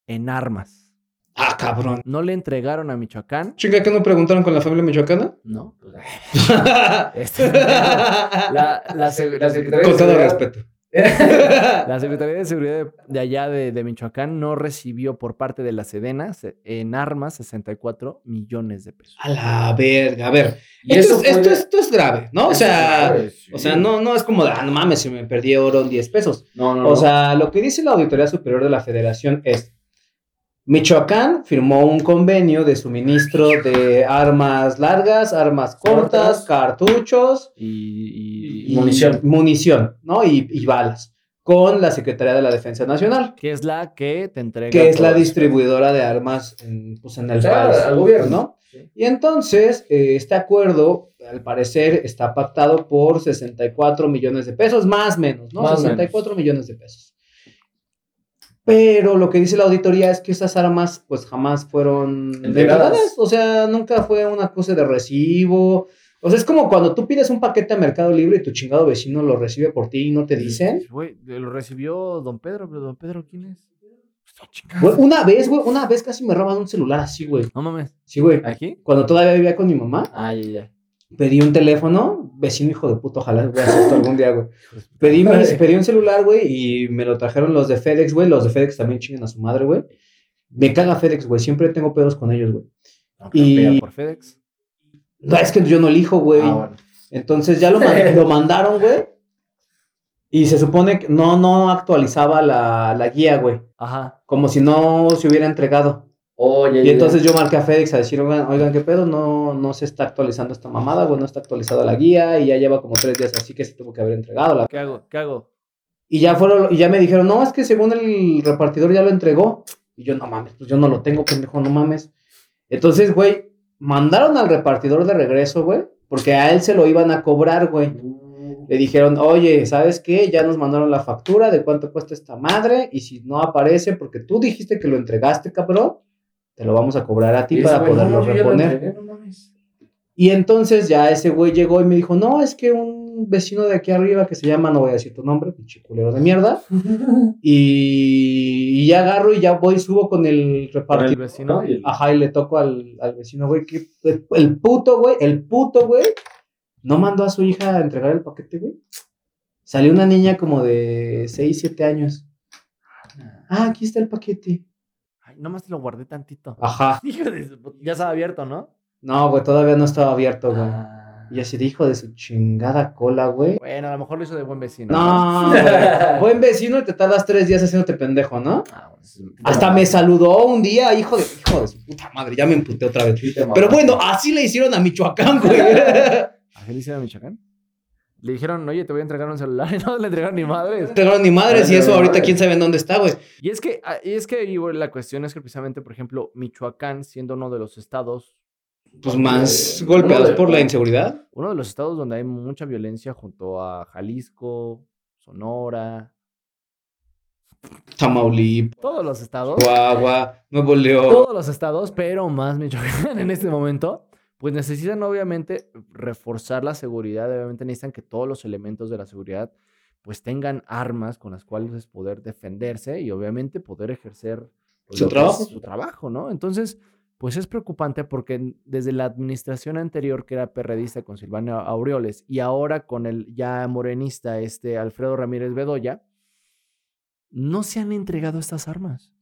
D: en armas.
E: Ah, cabrón.
D: No le entregaron a Michoacán.
E: Chinga, ¿qué no preguntaron con la familia michoacana?
D: No. Este- la, la seg- la Secretaría de
E: con todo
D: Seguridad-
E: respeto.
D: La Secretaría de Seguridad de, de allá de, de Michoacán no recibió por parte de la Sedena se- en armas 64 millones de pesos.
E: A la verga. A ver,
F: Y
E: esto,
F: eso fue-
E: es, esto, es- esto es grave, ¿no? O
F: Eso
E: sea,
F: es grave, sí.
E: Ah, o sea no, no es como, de, ah, no mames, si me perdí oro en 10 pesos.
F: No, no, no.
E: O sea, lo que dice la Auditoría Superior de la Federación es, Michoacán firmó un convenio de suministro de armas largas, armas cortas,
F: Cortas.
E: cartuchos
D: Y, y-
F: Y- munición.
E: munición, ¿no? Y, y balas, con la Secretaría de la Defensa Nacional,
D: que es la que te entrega.
E: que es la
D: todo eso.
E: distribuidora de armas en, pues, en el
F: O sea,
E: país,
F: pues. Ah, al gobierno.
E: ¿no? Y entonces, eh, este acuerdo, al parecer, está pactado por 64 millones de pesos, más menos, ¿no?
F: Más
E: 64 millones de pesos. Pero lo que dice la auditoría es que esas armas pues jamás fueron
F: Entregadas.
E: degradadas, o sea, nunca fue una cosa de recibo. O sea, es como cuando tú pides un paquete a Mercado Libre y tu chingado vecino lo recibe por ti y no te dicen.
D: Güey, eh, lo recibió don Pedro, pero don Pedro, ¿quién es? Está chingada.
E: Güey, una vez, güey, una vez casi me roban un celular así, güey.
D: No mames.
E: Sí, güey.
F: ¿Aquí?
E: Cuando todavía vivía con mi mamá,
F: Ah, ya, ya.
E: pedí un teléfono, vecino hijo de puto, ojalá voy a hacer esto algún día, güey. Pedí, mi- pedí un celular, güey, y me lo trajeron los de FedEx, güey. Los de FedEx también chingan a su madre, güey. Me caga FedEx, güey. Siempre tengo pedos con ellos, güey.
D: No,
E: Y-
D: que pega por FedEx.
E: No, es que yo no elijo, güey.
F: Ah, bueno.
E: Entonces ya lo, man- lo mandaron, güey. Y se supone que no, no actualizaba la, la guía, güey.
D: Ajá.
E: Como si no se hubiera entregado.
F: Oye,
E: Y entonces yo marqué a FedEx a decir, oigan, oigan, ¿qué pedo? No, no se está actualizando esta mamada, güey. No está actualizada la guía y ya lleva como tres días así que se tuvo que haber entregado. La...
D: ¿Qué hago? ¿Qué hago?
E: Y ya fueron, y ya me dijeron, no, es que según el repartidor ya lo entregó. Y yo, no mames, pues yo no lo tengo, pendejo, no mames. Entonces, güey, mandaron al repartidor de regreso, güey, porque a él se lo iban a cobrar, güey. Le dijeron, oye, ¿sabes qué? Ya nos mandaron la factura de cuánto cuesta esta madre y si no aparece porque tú dijiste que lo entregaste, cabrón, te lo vamos a cobrar a ti para poderlo reponer. Y entonces ya ese güey llegó y me dijo, no, es que un vecino de aquí arriba que se llama, no voy a decir tu nombre, pinche culero de mierda. y, y ya agarro y ya voy, subo con el
D: ¿Para el
E: repartidor.
D: vecino?
E: Ajá, y le toco al, al vecino, güey, que el puto, güey, el puto, güey, no mandó a su hija a entregar el paquete, güey. Salió una niña como de 6, 7 años. Ah, aquí está el paquete.
D: Ay, nomás te lo guardé tantito.
E: Ajá.
D: Hijo de su puta- Ya estaba abierto, ¿no?
E: No, güey, todavía no estaba abierto, güey.
D: Ah.
E: Y así de hijo de su chingada cola, güey.
D: Bueno, a lo mejor lo hizo de buen vecino.
E: No, güey. Buen vecino y te tardas tres días haciéndote pendejo, ¿no?
D: Ah, bueno, es-
E: Hasta me saludó un día, hijo de, hijo de su puta madre, ya me emputé otra vez. Pero bueno, así le hicieron a Michoacán, güey.
D: ¿Así le hicieron a Michoacán? Le dijeron, oye, te voy a entregar un celular y no le entregaron ni madres.
E: Pero ni madres, y eso ahorita quién sabe en dónde está, güey.
D: Y es que, ah, y es que y, bueno, la cuestión es que precisamente, por ejemplo, Michoacán, siendo uno de los estados,
E: Pues más golpeados por la inseguridad.
D: uno de los estados donde hay mucha violencia junto a Jalisco, Sonora,
E: Tamaulipas,
D: todos los estados,
E: Guagua, Nuevo León.
D: todos los estados, pero más Michoacán en este momento, pues necesitan obviamente reforzar la seguridad, obviamente necesitan que todos los elementos de la seguridad pues tengan armas con las cuales poder defenderse y obviamente poder ejercer pues,
E: Su
D: lo que
E: trabajo.
D: es su trabajo, ¿no? Entonces, pues es preocupante porque en- desde la administración anterior que era perredista con Silvano Aureoles y ahora con el ya morenista este Alfredo Ramírez Bedoya, no se han entregado estas armas.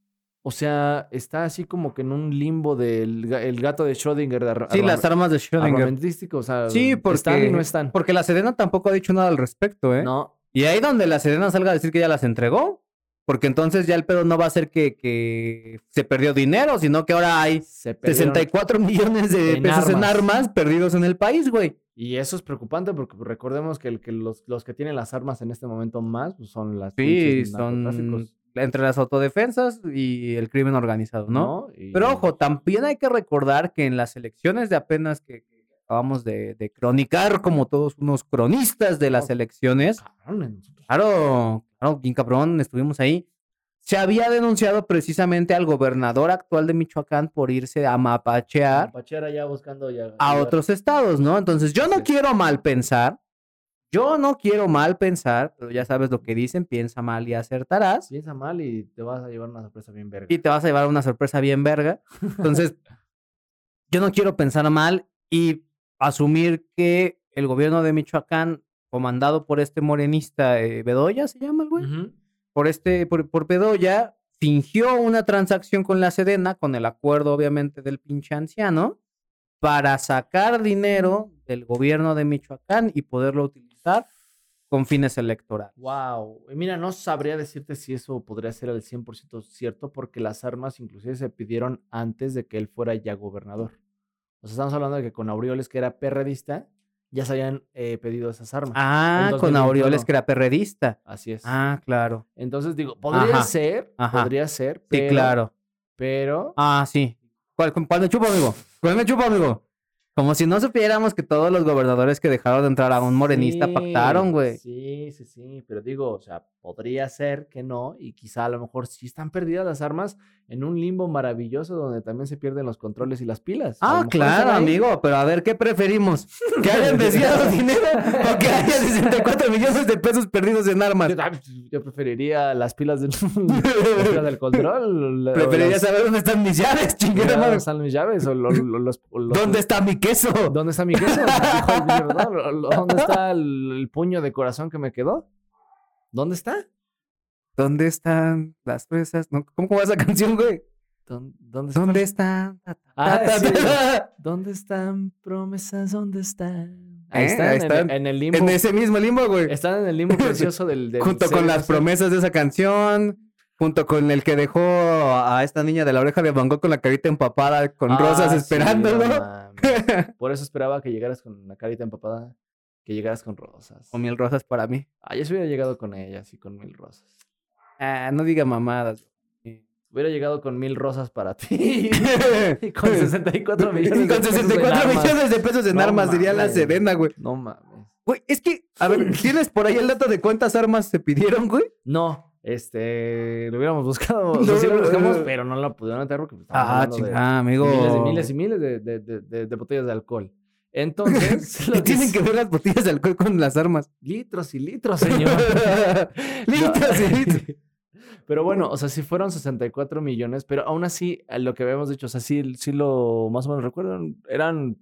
D: O sea, está así como que en un limbo del ga- el gato de Schrödinger. de ar-
C: Sí, las
D: arma-
C: armas de Schrödinger.
D: armamentístico, o sea,
C: Sí, porque-
D: están y no están.
C: Porque la Sedena tampoco ha dicho nada al respecto, ¿eh?
D: No,
C: Y ahí donde la Sedena salga a decir que ya las entregó. Porque entonces ya el pedo no va a ser que, que se perdió dinero, sino que ahora hay
D: se perdieron.
C: 64 millones de
D: En
C: pesos en
D: armas.
C: armas perdidos en el país, güey.
D: Y eso es preocupante porque pues, recordemos que, el- que los, los que tienen las armas en este momento más pues, son las
C: Sí,
D: pinches
C: son
D: narcotráficos,
C: entre las autodefensas y el crimen organizado, ¿no?
D: Y-
C: Pero ojo, también hay que recordar que en las elecciones de apenas que que acabamos de, de cronicar, como todos unos cronistas de las
D: Claro.
C: elecciones,
D: Cabrón,
C: claro, claro, bien cabrón, estuvimos ahí. Se había denunciado precisamente al gobernador actual de Michoacán por irse a mapachear
D: Pachera ya buscando ya.
C: a
D: ya-
C: otros estados, ¿no? Entonces, yo no
D: Sí.
C: quiero mal pensar, yo no quiero mal pensar, pero ya sabes lo que dicen, piensa mal y acertarás.
D: Piensa mal y te vas a llevar una sorpresa bien verga.
C: y te vas a llevar una sorpresa bien verga. Entonces, yo no quiero pensar mal y asumir que el gobierno de Michoacán, comandado por este morenista, eh, Bedoya se llama el güey,
D: Ujú.
C: por este, por, por Bedoya, fingió una transacción con la Sedena, con el acuerdo obviamente del pinche anciano, para sacar dinero del gobierno de Michoacán y poderlo utilizar con fines electorales.
D: Wow. Y mira, no sabría decirte si eso podría ser al 100% cierto, porque las armas inclusive se pidieron antes de que él fuera ya gobernador. O sea, estamos hablando de que con Aureoles, que era perredista, ya se habían eh, pedido esas armas.
C: Ah,
D: En
C: con
D: 2021.
C: Aureoles que era perredista.
D: Así es.
C: Ah, claro.
D: Entonces digo, podría
C: Ajá,
D: ser,
C: ajá.
D: podría ser,
C: Sí,
D: pero,
C: claro.
D: pero
C: Ah, sí. ¿Cuál, con- cuál me chupo, amigo? ¿Cuál me chupo, amigo? Como si no supiéramos que todos los gobernadores que dejaron de entrar a un morenista
D: Sí,
C: pactaron, güey.
D: Sí, sí, sí, pero digo, o sea, podría ser que no, y quizá a lo mejor sí están perdidas las armas en un limbo maravilloso donde también se pierden los controles y las pilas. A lo
C: Ah,
D: mejor
C: claro,
D: están ahí.
C: amigo, pero a ver, ¿qué preferimos? ¿Que hayan desviado dinero o que haya 64 millones de pesos perdidos en armas?
D: Yo, Ah, pues, yo preferiría las pilas del, las pilas del control. la- o
C: Preferiría
D: las-
C: saber dónde están mis llaves, chingada
D: ¿Dónde
C: madre.
D: están mis llaves? O lo- lo- los- o los-
C: ¿Dónde está mi queso?
D: ¿Dónde está mi queso? Hijo de mierda, ¿no? Lo- ¿Dónde está el, el puño de corazón que me quedó? ¿Dónde está?
C: ¿Dónde están las fresas? No, ¿Cómo cómo va esa canción, güey?
D: ¿Dó- ¿Dónde está?
C: ¿Dónde están? Ta, ta,
D: Ah,
C: ta,
D: sí.
C: ta.
D: ¿Dónde están promesas? ¿Dónde están?
C: Eh,
D: Ahí están,
C: ahí
D: en-
C: están.
D: En, el limbo.
C: En ese mismo limbo, güey.
D: Están en el limbo precioso del... del
C: junto con
D: ser
C: las
D: inocente.
C: promesas de esa canción, junto con el que dejó a esta niña de la oreja de Van Gogh con la carita empapada, con
D: Ah,
C: rosas
D: sí,
C: esperándolo.
D: no mames. Por eso esperaba que llegaras con la carita empapada, que llegaras con rosas.
C: o mil rosas para mí.
D: Ah, yo se hubiera llegado con ellas y con mil rosas.
C: Ah, no diga mamadas.
D: Hubiera llegado con mil rosas para ti. y con 64 millones de
C: con
D: pesos en
C: 64
D: armas.
C: millones de pesos en
D: No
C: armas, diría la
D: mames.
C: Serena, güey.
D: No mames.
C: Güey, es que, a ver, ¿tienes por ahí el dato de cuántas armas se pidieron, güey?
D: No, este, lo hubiéramos buscado, o sea,
C: No,
D: sí lo
C: no,
D: buscamos,
C: no. Ah,
D: pero no lo pudieron atar porque pues, estamos hablando de-
C: amigo.
D: Miles de miles y miles de, de- de- de- de botellas de alcohol. Entonces,
C: ¿Qué
D: lo
C: tienen
D: es-
C: que ver las botellas de alcohol con las armas?
D: litros y litros, señor.
C: Litros y litros.
D: Pero bueno, o sea, sí fueron 64 millones, pero aún así, a lo que habíamos dicho, o sea, sí, sí lo más o menos recuerdan, eran...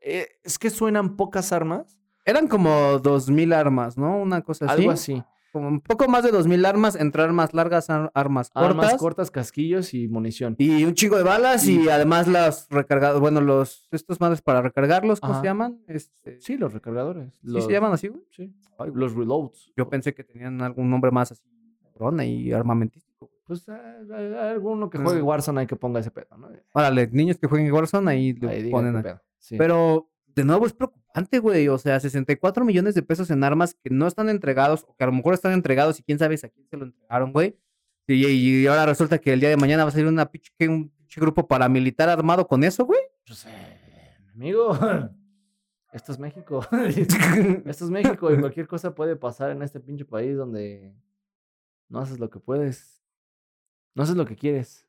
D: eh, es que suenan pocas armas,
C: Eran como 2000 armas, ¿no? Una cosa así.
D: algo así.
C: Como un poco más de 2000 armas, entre armas largas, ar- armas cortas.
D: Armas cortas, casquillos y munición.
C: Y un chingo de balas y además las recargadas, bueno, los estos madres para recargarlos, ¿cómo
D: Ajá.
C: se llaman? Este,
D: Sí, los recargadores.
C: ¿Sí
D: Los,
C: se llaman así, güey?
D: sí. Los reloads.
C: Yo pensé que tenían algún nombre más así, cabrón, y armamentístico.
D: Pues ah, ah, ah, alguno que
C: Pues-
D: juegue Warzone hay que ponga ese pedo, ¿no?
C: Órale, niños que jueguen Warzone, ahí le
D: Ahí diga
C: ponen.
D: qué
C: a-
D: pedo. Sí.
C: Pero, de nuevo, es preocupante, güey. O sea, 64 millones de pesos en armas que no están entregados, o que a lo mejor están entregados y quién sabe a quién se lo entregaron, güey. Y, y ahora resulta que el día de mañana va a salir una pinche- que un pinche grupo paramilitar armado con eso, güey.
D: Pues, eh, amigo, esto es México. esto es México y cualquier cosa puede pasar en este pinche país donde no haces lo que puedes. No haces lo que quieres,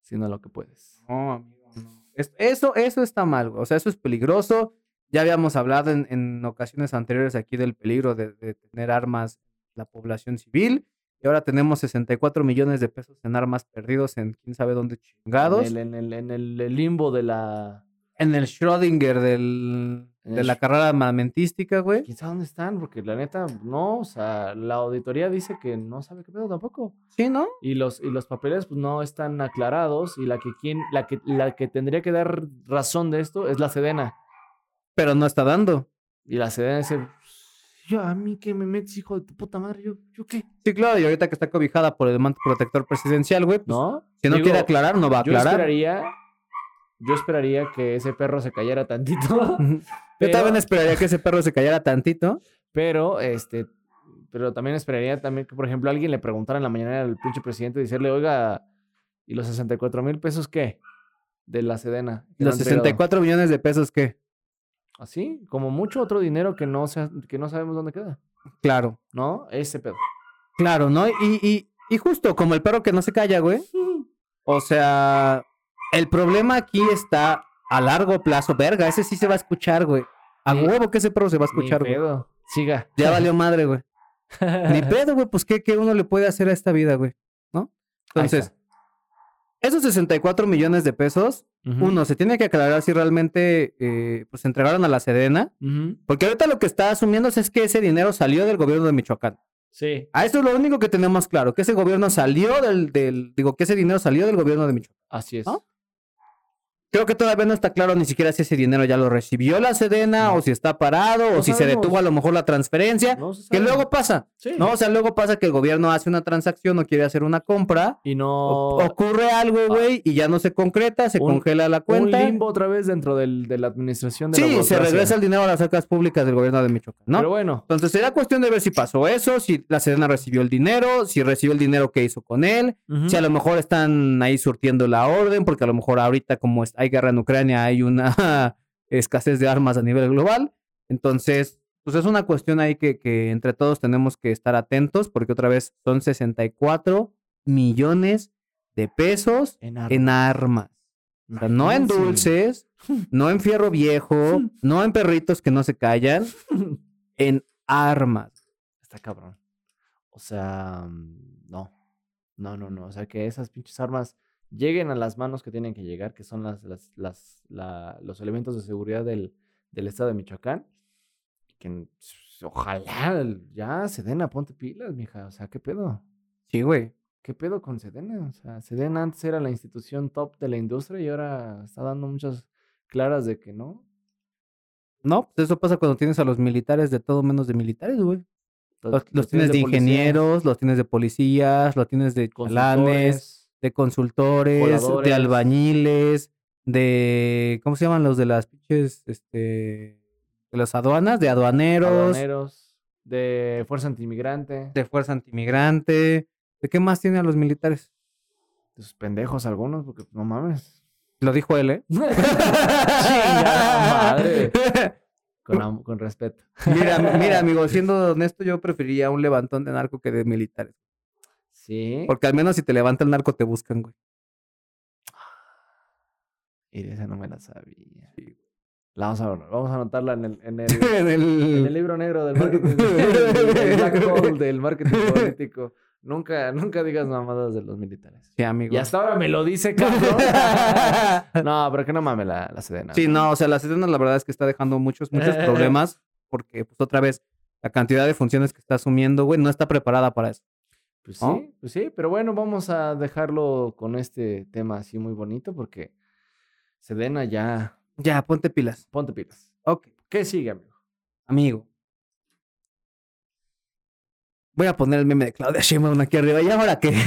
D: sino lo que puedes.
C: No, amigo, no. Es- eso, eso está mal, güey. O sea, eso es peligroso. Ya habíamos hablado en, en ocasiones anteriores aquí del peligro de, de tener armas en la población civil. Y ahora tenemos 64 millones de pesos en armas perdidos en quién sabe dónde chingados.
D: En el, en el- en el limbo de la...
C: En el Schrödinger del,
D: En
C: de
D: el
C: la
D: Sch-
C: carrera armamentística, güey.
D: ¿Quién sabe dónde están? Porque la neta, no, o sea, la auditoría dice que no sabe qué pedo tampoco.
C: Sí, ¿no?
D: y los, y los papeles pues, no están aclarados y la que, quien, la, que, la que tendría que dar razón de esto es la Sedena.
C: Pero no está dando.
D: Y la Sedena dice, "Pues, yo a mí que me metes, hijo de tu puta madre, yo, yo qué.
C: Sí, claro, y ahorita que está cobijada por el manto protector presidencial, güey, pues,
D: ¿No?
C: si no
D: Digo,
C: quiere aclarar, no va a
D: Yo
C: aclarar. Yo,
D: esperaría, yo esperaría que ese perro se callara tantito. pero-
C: también esperaría que ese perro se callara tantito.
D: Pero, este, pero también esperaría también que, por ejemplo, alguien le preguntara en la mañana al pinche presidente y decirle, oiga, ¿y los 64 mil pesos qué? De la Sedena. que no
C: Los
D: han entregado".
C: 64 millones de pesos, ¿qué?
D: Así, como mucho otro dinero que no, sea- que no sabemos dónde queda.
C: Claro,
D: ¿No? Ese pedo.
C: claro, ¿no? Y, y, y justo como el perro que no se calla, güey. O sea, el problema aquí está a largo plazo. Verga, ese sí se va a escuchar, güey. A
D: Ni-
C: huevo que ese perro se va a
D: Ni
C: escuchar, güey.
D: pedo. Siga.
C: Ya valió madre, güey. Ni
D: Ahí
C: pedo, güey, pues ¿qué, qué uno le puede hacer a esta vida, güey, ¿no? Entonces,
D: está.
C: esos 64 millones de pesos,
D: Ujú.
C: uno, se tiene que aclarar si realmente, eh, pues, se entregaron a la Sedena,
D: Ujú.
C: porque ahorita lo que está asumiéndose es que ese dinero salió del gobierno de Michoacán.
D: Sí.
C: A eso es lo único que tenemos claro, que ese gobierno salió del, del digo, que ese dinero salió del gobierno de Michoacán.
D: Así es.
C: ¿No? Creo que todavía no está claro ni siquiera si ese dinero ya lo recibió la Sedena,
D: No.
C: o si está parado, o
D: No
C: si se
D: sabemos.
C: detuvo a lo mejor la transferencia,
D: No se
C: que
D: sabe.
C: luego pasa.
D: Sí.
C: No, o sea, luego pasa que el gobierno hace una transacción o quiere hacer una compra,
D: Y
C: o-
D: no.
C: ocurre algo, güey, y ya no se concreta, se
D: Ah. Un-
C: congela la
D: un
C: cuenta.
D: limbo otra vez dentro del, de la administración de la
C: Sí, se
D: burocracia.
C: regresa el dinero a las arcas públicas del gobierno de Michoacán, ¿no?
D: Pero bueno.
C: Entonces será cuestión de ver si pasó eso, si la Sedena recibió el dinero, si recibió el dinero que hizo con él,
D: Ujú.
C: si a lo mejor están ahí surtiendo la orden, porque a lo mejor ahorita como es- hay guerra en Ucrania, hay una escasez de armas a nivel global. Entonces, pues es una cuestión ahí que, que entre todos tenemos que estar atentos porque otra vez son 64 millones de pesos
D: En ar-
C: en armas. O sea, no en
D: Imagínense.
C: dulces, no en fierro viejo, no en perritos que no se callan, en armas.
D: Está cabrón. O sea, mm, no. No, no, no. O sea, que esas pinches armas lleguen a las manos que tienen que llegar, que son las, las, las, la- los elementos de seguridad del, del estado de Michoacán. Que n- s- ojalá ya Sedena, ponte pilas, mija. O sea, ¿qué pedo?
C: Sí, güey.
D: ¿Qué pedo con Sedena? O sea, Sedena antes era la institución top de la industria y ahora está dando muchas claras de que no.
C: No, pues eso pasa cuando tienes a los militares de todo menos de militares, güey.
D: Los,
C: Los, los tienes de
D: policías,
C: ingenieros, los tienes de policías, los tienes de chalanes,
D: consultores,
C: de consultores,
D: Voladores.
C: de albañiles, de. ¿Cómo se llaman los de las pinches? Este. De las aduanas, de aduaneros,
D: aduaneros, de fuerza antimigrante.
C: de fuerza antimigrante. ¿De qué más tiene a los militares?
D: de sus pendejos algunos, porque no mames.
C: Lo dijo él, ¿eh?
D: Chingada madre. Con, am- con respeto.
C: mira, mira, amigo, siendo honesto, yo preferiría un levantón de narco que de militares.
D: Sí.
C: Porque al menos si te levanta el narco te buscan, güey.
D: Y esa no me la sabía. La vamos a vamos a anotarla en el, en el,
C: En el-
D: en el libro negro del marketing. del- del black hole del marketing político. Nunca, nunca digas mamadas de los militares.
C: Sí, amigo.
D: Y hasta ahora me lo dice, cabrón. no, pero que no mames la, la Sedena.
C: Sí, no, o sea, la Sedena la verdad es que está dejando muchos, muchos problemas porque, pues, otra vez, la cantidad de funciones que está asumiendo, güey, no está preparada para eso.
D: Pues
C: ¿No?
D: sí, pues sí, pero bueno, vamos a dejarlo con este tema así muy bonito porque Sedena ya
C: Ya, ponte pilas.
D: Ponte pilas.
C: Ok,
D: ¿Qué sigue, amigo?
C: amigo. Voy a poner el meme de Claudia Sheinbaum aquí arriba. ¿Y ahora qué?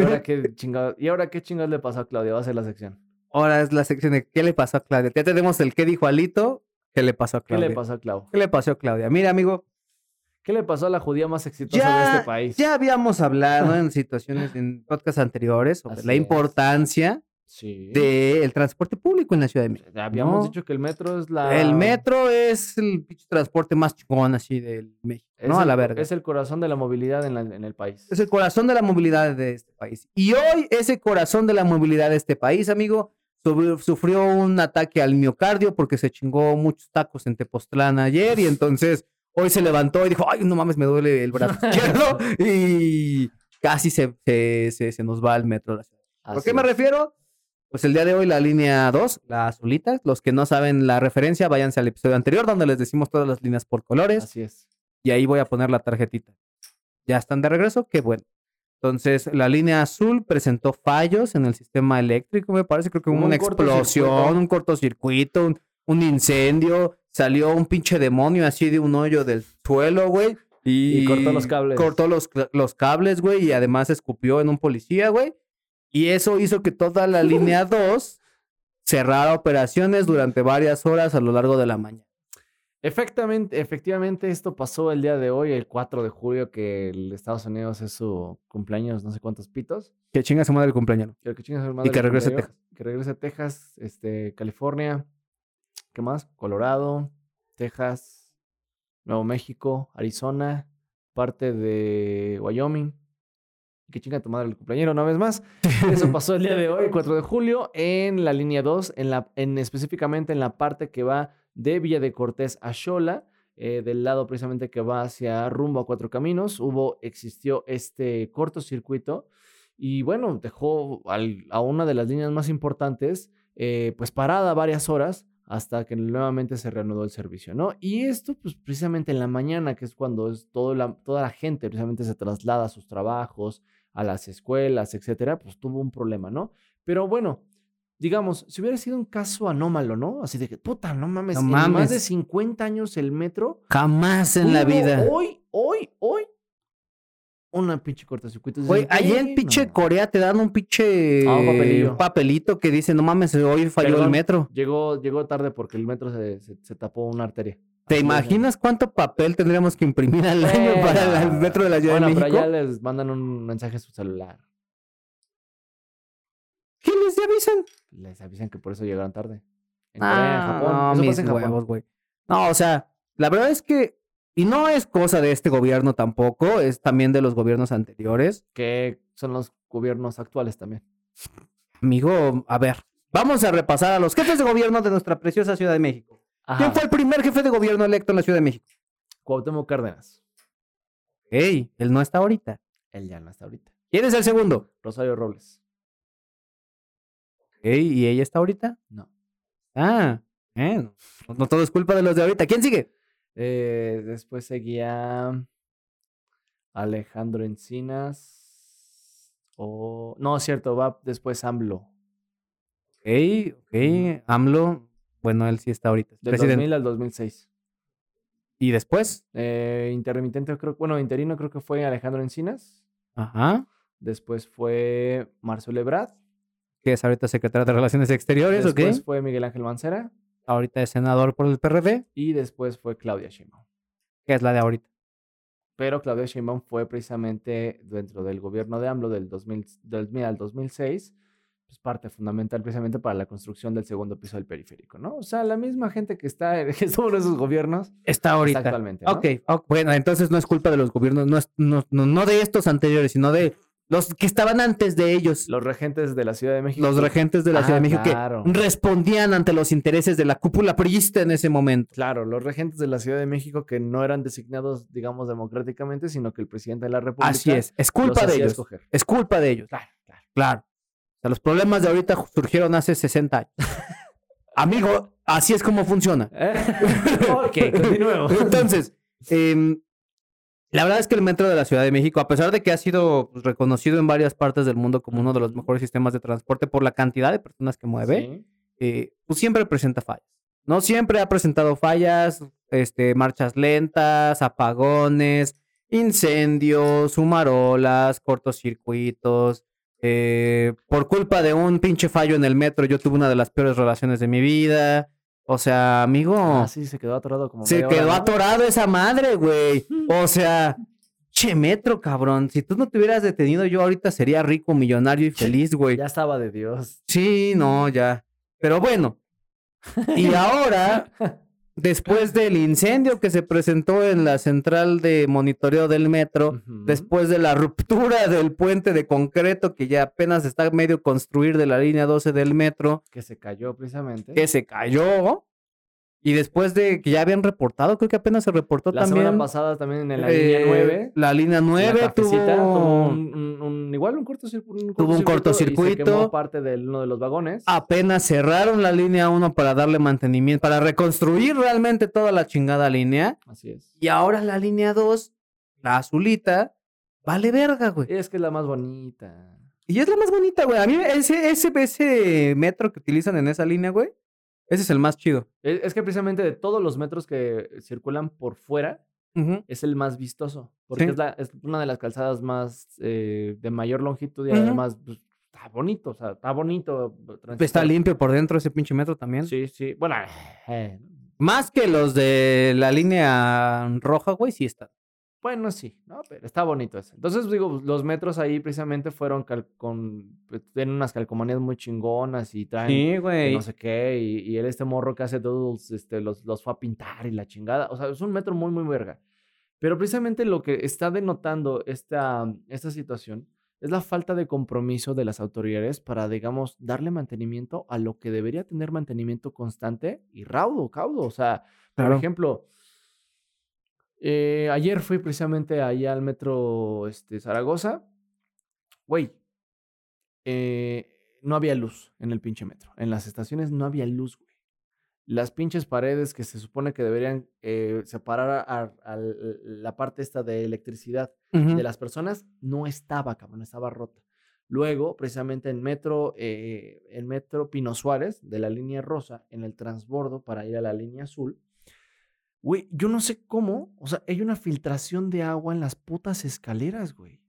D: ahora qué chingados, ¿y ahora qué chingados le pasó a Claudia? Va a ser la sección.
C: ahora es la sección de ¿qué le pasó a Claudia? Ya tenemos el ¿qué dijo Alito? ¿Qué le pasó a
D: ¿Qué
C: Claudia?
D: le pasó a Clau?
C: ¿Qué le pasó a Claudia? Mira, amigo,
D: ¿Qué le pasó a la judía más exitosa de
C: Ya,
D: este país?
C: ya habíamos hablado en situaciones, en podcasts anteriores, sobre
D: Así
C: la
D: es.
C: importancia
D: Sí.
C: del transporte público en la Ciudad de México.
D: Habíamos
C: No.
D: dicho que el metro es la.
C: El metro es el pinche transporte más chingón así del México,
D: es
C: ¿no? A
D: el-
C: la verga.
D: Es el corazón de la movilidad en, la- en el país.
C: Es el corazón de la movilidad de este país. Y hoy ese corazón de la movilidad de este país, amigo, sobre- sufrió un ataque al miocardio porque se chingó muchos tacos en Tepoztlán ayer y entonces hoy se levantó y dijo, ay, no mames, me duele el brazo izquierdo y casi se, se, se- se nos va el metro. de la ciudad. ¿Por
D: Así
C: qué me
D: es.
C: refiero? Pues el día de hoy la línea 2, la azulita, los que no saben la referencia, váyanse al episodio anterior donde les decimos todas las líneas por colores
D: Así es.
C: y ahí voy a poner la tarjetita. Ya están de regreso, qué bueno. Entonces, la línea azul presentó fallos en el sistema eléctrico, me parece, creo que
D: Hubo
C: hubo una
D: un cortocircuito.
C: explosión, un cortocircuito, un, un incendio, salió un pinche demonio así de un hoyo del suelo, güey. Y,
D: Y cortó los cables.
C: Cortó los, cla- los cables, güey, y además escupió en un policía, güey. Y eso hizo que toda la línea 2 cerrara operaciones durante varias horas a lo largo de la mañana.
D: Efectivamente, efectivamente, esto pasó el día de hoy, el 4 de julio, que el Estados Unidos es su cumpleaños, no sé cuántos pitos.
C: Que chinga su madre el cumpleaños.
D: Pero que chingas,
C: que regrese a
D: Que regrese a Texas, este, California, ¿qué más? Colorado, Texas, Nuevo México, Arizona, parte de Wyoming. Que chinga tu madre el cumpleañero una vez más. Eso pasó el día de hoy, 4 de julio, en la línea 2, en la, en, específicamente en la parte que va de Villa de Cortés a Xola, eh, del lado precisamente que va hacia rumbo a Cuatro Caminos. Hubo, existió este cortocircuito y bueno, dejó al- a una de las líneas más importantes, eh, pues parada varias horas hasta que nuevamente se reanudó el servicio, ¿no? Y esto, pues precisamente en la mañana, que es cuando es todo la, toda la gente precisamente se traslada a sus trabajos, a las escuelas, etcétera, pues tuvo un problema, ¿no? Pero bueno, digamos, si hubiera sido un caso anómalo, ¿no? Así de que, puta, no mames,
C: No
D: en más
C: mames.
D: de 50 años el metro
C: Jamás en la
D: Hubo
C: vida.
D: Hoy, hoy, hoy. Una pinche cortocircuito.
C: Güey,
D: Dices,
C: allá
D: "Bueno".
C: en pinche Corea te dan un pinche
D: Ah, un papelillo.
C: papelito que dice, no mames, hoy falló el
D: Perdón.
C: metro.
D: Llegó, llegó tarde porque el metro se, se- se tapó una arteria.
C: ¿Te
D: Así es,
C: imaginas cuánto papel tendríamos que imprimir al año
D: Bueno.
C: para la- el metro de la Ciudad
D: Bueno,
C: de
D: pero
C: México?
D: allá les mandan un mensaje a su celular.
C: ¿Qué les qué avisan?
D: Les avisan que por eso llegaron tarde. En Corea, en
C: Ah,
D: Japón.
C: no,
D: eso
C: mis
D: pasa en Japón.
C: huevos, güey. No, o sea, la verdad es que, y no es cosa de este gobierno tampoco, es también de los gobiernos anteriores.
D: Que son los gobiernos actuales también.
C: Amigo, a ver, vamos a repasar a los jefes de gobierno de nuestra preciosa Ciudad de México. ¿Quién
D: Ajá.
C: fue el primer jefe de gobierno electo en la Ciudad de México?
D: Cuauhtémoc Cárdenas.
C: Ey, él no está ahorita.
D: Él ya no está ahorita.
C: ¿Quién es el segundo?
D: Rosario Robles.
C: Ey, ¿y ella está ahorita?
D: No.
C: Ah, eh, no, no todo es culpa de los de ahorita. ¿Quién sigue?
D: Eh, después seguía Alejandro Encinas. O. No, es cierto, va después AMLO.
C: Ey, ok, AMLO, bueno, él sí está ahorita. es
D: Del
C: presidente.
D: 2000 al 2006.
C: ¿Y después?
D: Eh, intermitente, creo. Bueno, interino creo que fue Alejandro Encinas.
C: Ajá.
D: Después fue Marcelo Ebrard.
C: que es ahorita secretario de Relaciones Exteriores, ¿ok?
D: Después fue Miguel Ángel Mancera.
C: Ahorita es senador por el PRD,
D: Y después fue Claudia Sheinbaum.
C: que es la de ahorita.
D: Pero Claudia Sheinbaum fue precisamente dentro del gobierno de AMLO del 2000, del 2000 al 2006, pues parte fundamental precisamente para la construcción del segundo piso del periférico, ¿no? O sea, la misma gente que está que estuvo en esos gobiernos
C: Está ahorita.
D: actualmente, ¿no?
C: Ok, ok, bueno, entonces no es culpa de los gobiernos, no, es- no, no, no de estos anteriores, sino de los que estaban antes de ellos,
D: Los regentes de la Ciudad de México.
C: los regentes de la
D: Ah,
C: Ciudad de México
D: claro.
C: que respondían ante los intereses de la cúpula priista en ese momento.
D: Claro, los regentes de la Ciudad de México que no eran designados, digamos, democráticamente, sino que el presidente de la República.
C: Así es, es
D: los
C: culpa de
D: hacía
C: ellos.
D: escoger.
C: Es culpa de ellos.
D: Claro, claro.
C: Claro. O sea, los problemas de ahorita surgieron hace 60 años. Amigo, así es como funciona.
D: ok, continuemos.
C: Entonces, em, la verdad es que el metro de la Ciudad de México, a pesar de que ha sido pues, reconocido en varias partes del mundo como uno de los mejores sistemas de transporte por la cantidad de personas que mueve,
D: Sí.
C: eh, pues siempre presenta fallas. No siempre ha presentado fallas, este, marchas lentas, apagones, incendios, sumarolas, cortocircuitos. eh, por culpa de un pinche fallo en el metro, yo tuve una de las peores relaciones de mi vida. O sea, amigo.
D: Ah, sí, se quedó atorado como.
C: Se
D: media hora,
C: quedó
D: ¿no?
C: atorado esa madre, güey. O sea, che metro, cabrón. Si tú no te hubieras detenido, yo ahorita sería rico, millonario y feliz, güey.
D: Ya estaba de Dios.
C: Sí, no, ya. Pero bueno. Y ahora, después del incendio que se presentó en la central de monitoreo del metro,
D: Ujú.
C: después de la ruptura del puente de concreto que ya apenas está medio construir de la línea 12 del metro,
D: que se cayó precisamente.
C: que se cayó. Y después de que ya habían reportado, creo que apenas se reportó
D: la
C: también.
D: semana pasada también en la
C: eh,
D: línea 9.
C: La línea 9
D: la
C: tuvo,
D: cafecita tuvo un, un- un- igual un cortocircuito.
C: Tuvo un
D: Y se quemó
C: cortocircuito. Ah.
D: parte de uno de los vagones.
C: Apenas cerraron la línea 1 para darle mantenimiento, para reconstruir realmente toda la chingada línea.
D: Así es.
C: Y ahora la línea 2, la azulita, vale verga, güey.
D: Es que es la más bonita.
C: Y es la más bonita, güey. A mí ese, ese, ese metro que utilizan en esa línea, güey, ese es el más chido.
D: Es, es que precisamente de todos los metros que circulan por fuera,
C: Ujú.
D: es el más vistoso. Porque
C: Sí.
D: es, la- es una de las calzadas más eh, de mayor longitud y
C: Ujú.
D: además pues, está bonito. O sea, está bonito. eh,
C: Está
D: transitar.
C: limpio por dentro ese pinche metro también.
D: Sí, sí. Bueno, eh,
C: Más que los de la línea roja, güey, sí está.
D: Bueno, sí, ¿no? Pero está bonito eso. Entonces, pues, digo, los metros ahí precisamente fueron cal- con... pues, Tienen unas calcomanías muy chingonas y traen... que
C: güey.
D: No sé qué, y, y él, este morro que hace todos este, los, los fue a pintar y la chingada. O sea, es un metro muy, muy verga. Pero precisamente lo que está denotando esta, esta situación es la falta de compromiso de las autoridades para, digamos, darle mantenimiento a lo que debería tener mantenimiento constante y raudo, caudo. O sea, por ejemplo, eh, ayer fui precisamente ahí al metro este, Zaragoza. Güey, eh, no había luz en el pinche metro. En las estaciones no había luz, güey. Las pinches paredes que se supone que deberían eh, separar a, a- a la parte esta de electricidad
C: Ujú.
D: de las personas no estaba, cabrón, estaba rota. Luego, precisamente en metro, eh, en metro Pino Suárez, de la línea rosa, en el transbordo para ir a la línea azul, güey, yo no sé cómo, o sea, hay una filtración de agua en las putas escaleras, güey.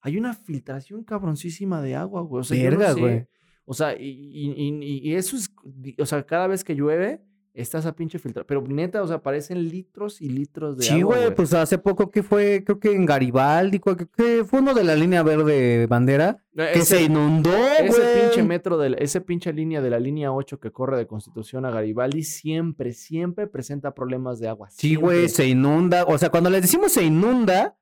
D: Hay una filtración cabroncísima de agua, güey. O sea, yo no
C: Verga,
D: sé.
C: güey.
D: O sea, y, y- y- y eso es, di- o sea, cada vez que llueve, Estás a pinche filtrar. Pero neta, o sea, parecen litros y litros de
C: Sí,
D: agua,
C: güey, pues hace poco que fue, creo que en Garibaldi, creo que- que fue uno de la línea verde bandera,
D: No,
C: que
D: ese-
C: se inundó, güey.
D: Ese pinche metro, de, ese pinche línea de la línea 8 que corre de Constitución a Garibaldi siempre, siempre presenta problemas de agua.
C: Sí, güey,
D: siempre.
C: se inunda. O sea, cuando les decimos se inunda,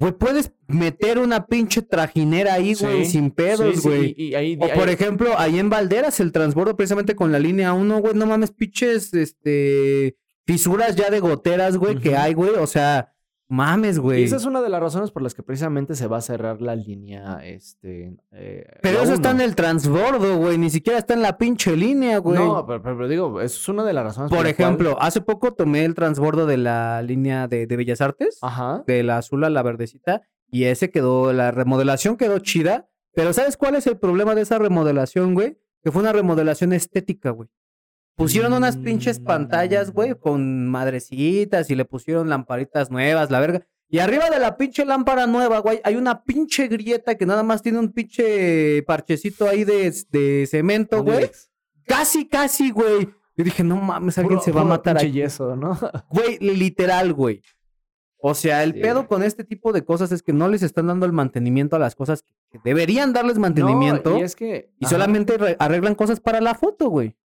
C: güey, puedes meter una pinche trajinera ahí, güey,
D: Sí,
C: sin
D: Sí,
C: pedos,
D: sí,
C: güey.
D: y- y ahí-
C: O
D: ahí-
C: por ejemplo, ahí en Valderas, el transbordo precisamente con la línea 1, güey, no mames, pinches, este, fisuras ya de goteras, güey, que
D: Ujú.
C: hay, güey, o sea, mames,
D: y
C: güey.
D: esa es una de las razones por las que precisamente se va a cerrar la línea, este... eh,
C: Pero
D: la
C: eso está en
D: 1.
C: el transbordo, güey, ni siquiera está en la pinche línea, güey.
D: No, pues, pero, pero- pero digo, eso es una de las razones
C: por
D: la cual-
C: ejemplo, hace poco tomé el transbordo de la línea de, de Bellas Artes.
D: Ajá.
C: de la azul a la verdecita y ese quedó, la remodelación quedó chida, pero ¿sabes cuál es el problema de esa remodelación, güey? Que fue una remodelación estética, güey. Pusieron unas pinches
D: Mm.
C: pantallas, güey, con madrecitas y le pusieron lamparitas nuevas, la verga. Y arriba de la pinche lámpara nueva, güey, hay una pinche grieta que nada más tiene un pinche parchecito ahí de, de cemento,
D: Un
C: güey.
D: Ibex.
C: Casi, casi, güey. Yo dije, no mames, alguien
D: Puro-
C: se va a
D: puro
C: matar
D: pinche
C: aquí.
D: yeso, ¿no?
C: Güey, literal, güey. O sea, el
D: Sí,
C: pedo
D: güey.
C: con este tipo de cosas es que no les están dando el mantenimiento a las cosas que deberían darles mantenimiento.
D: No,
C: y
D: y es que... ajá.
C: solamente re- arreglan cosas para la foto, güey.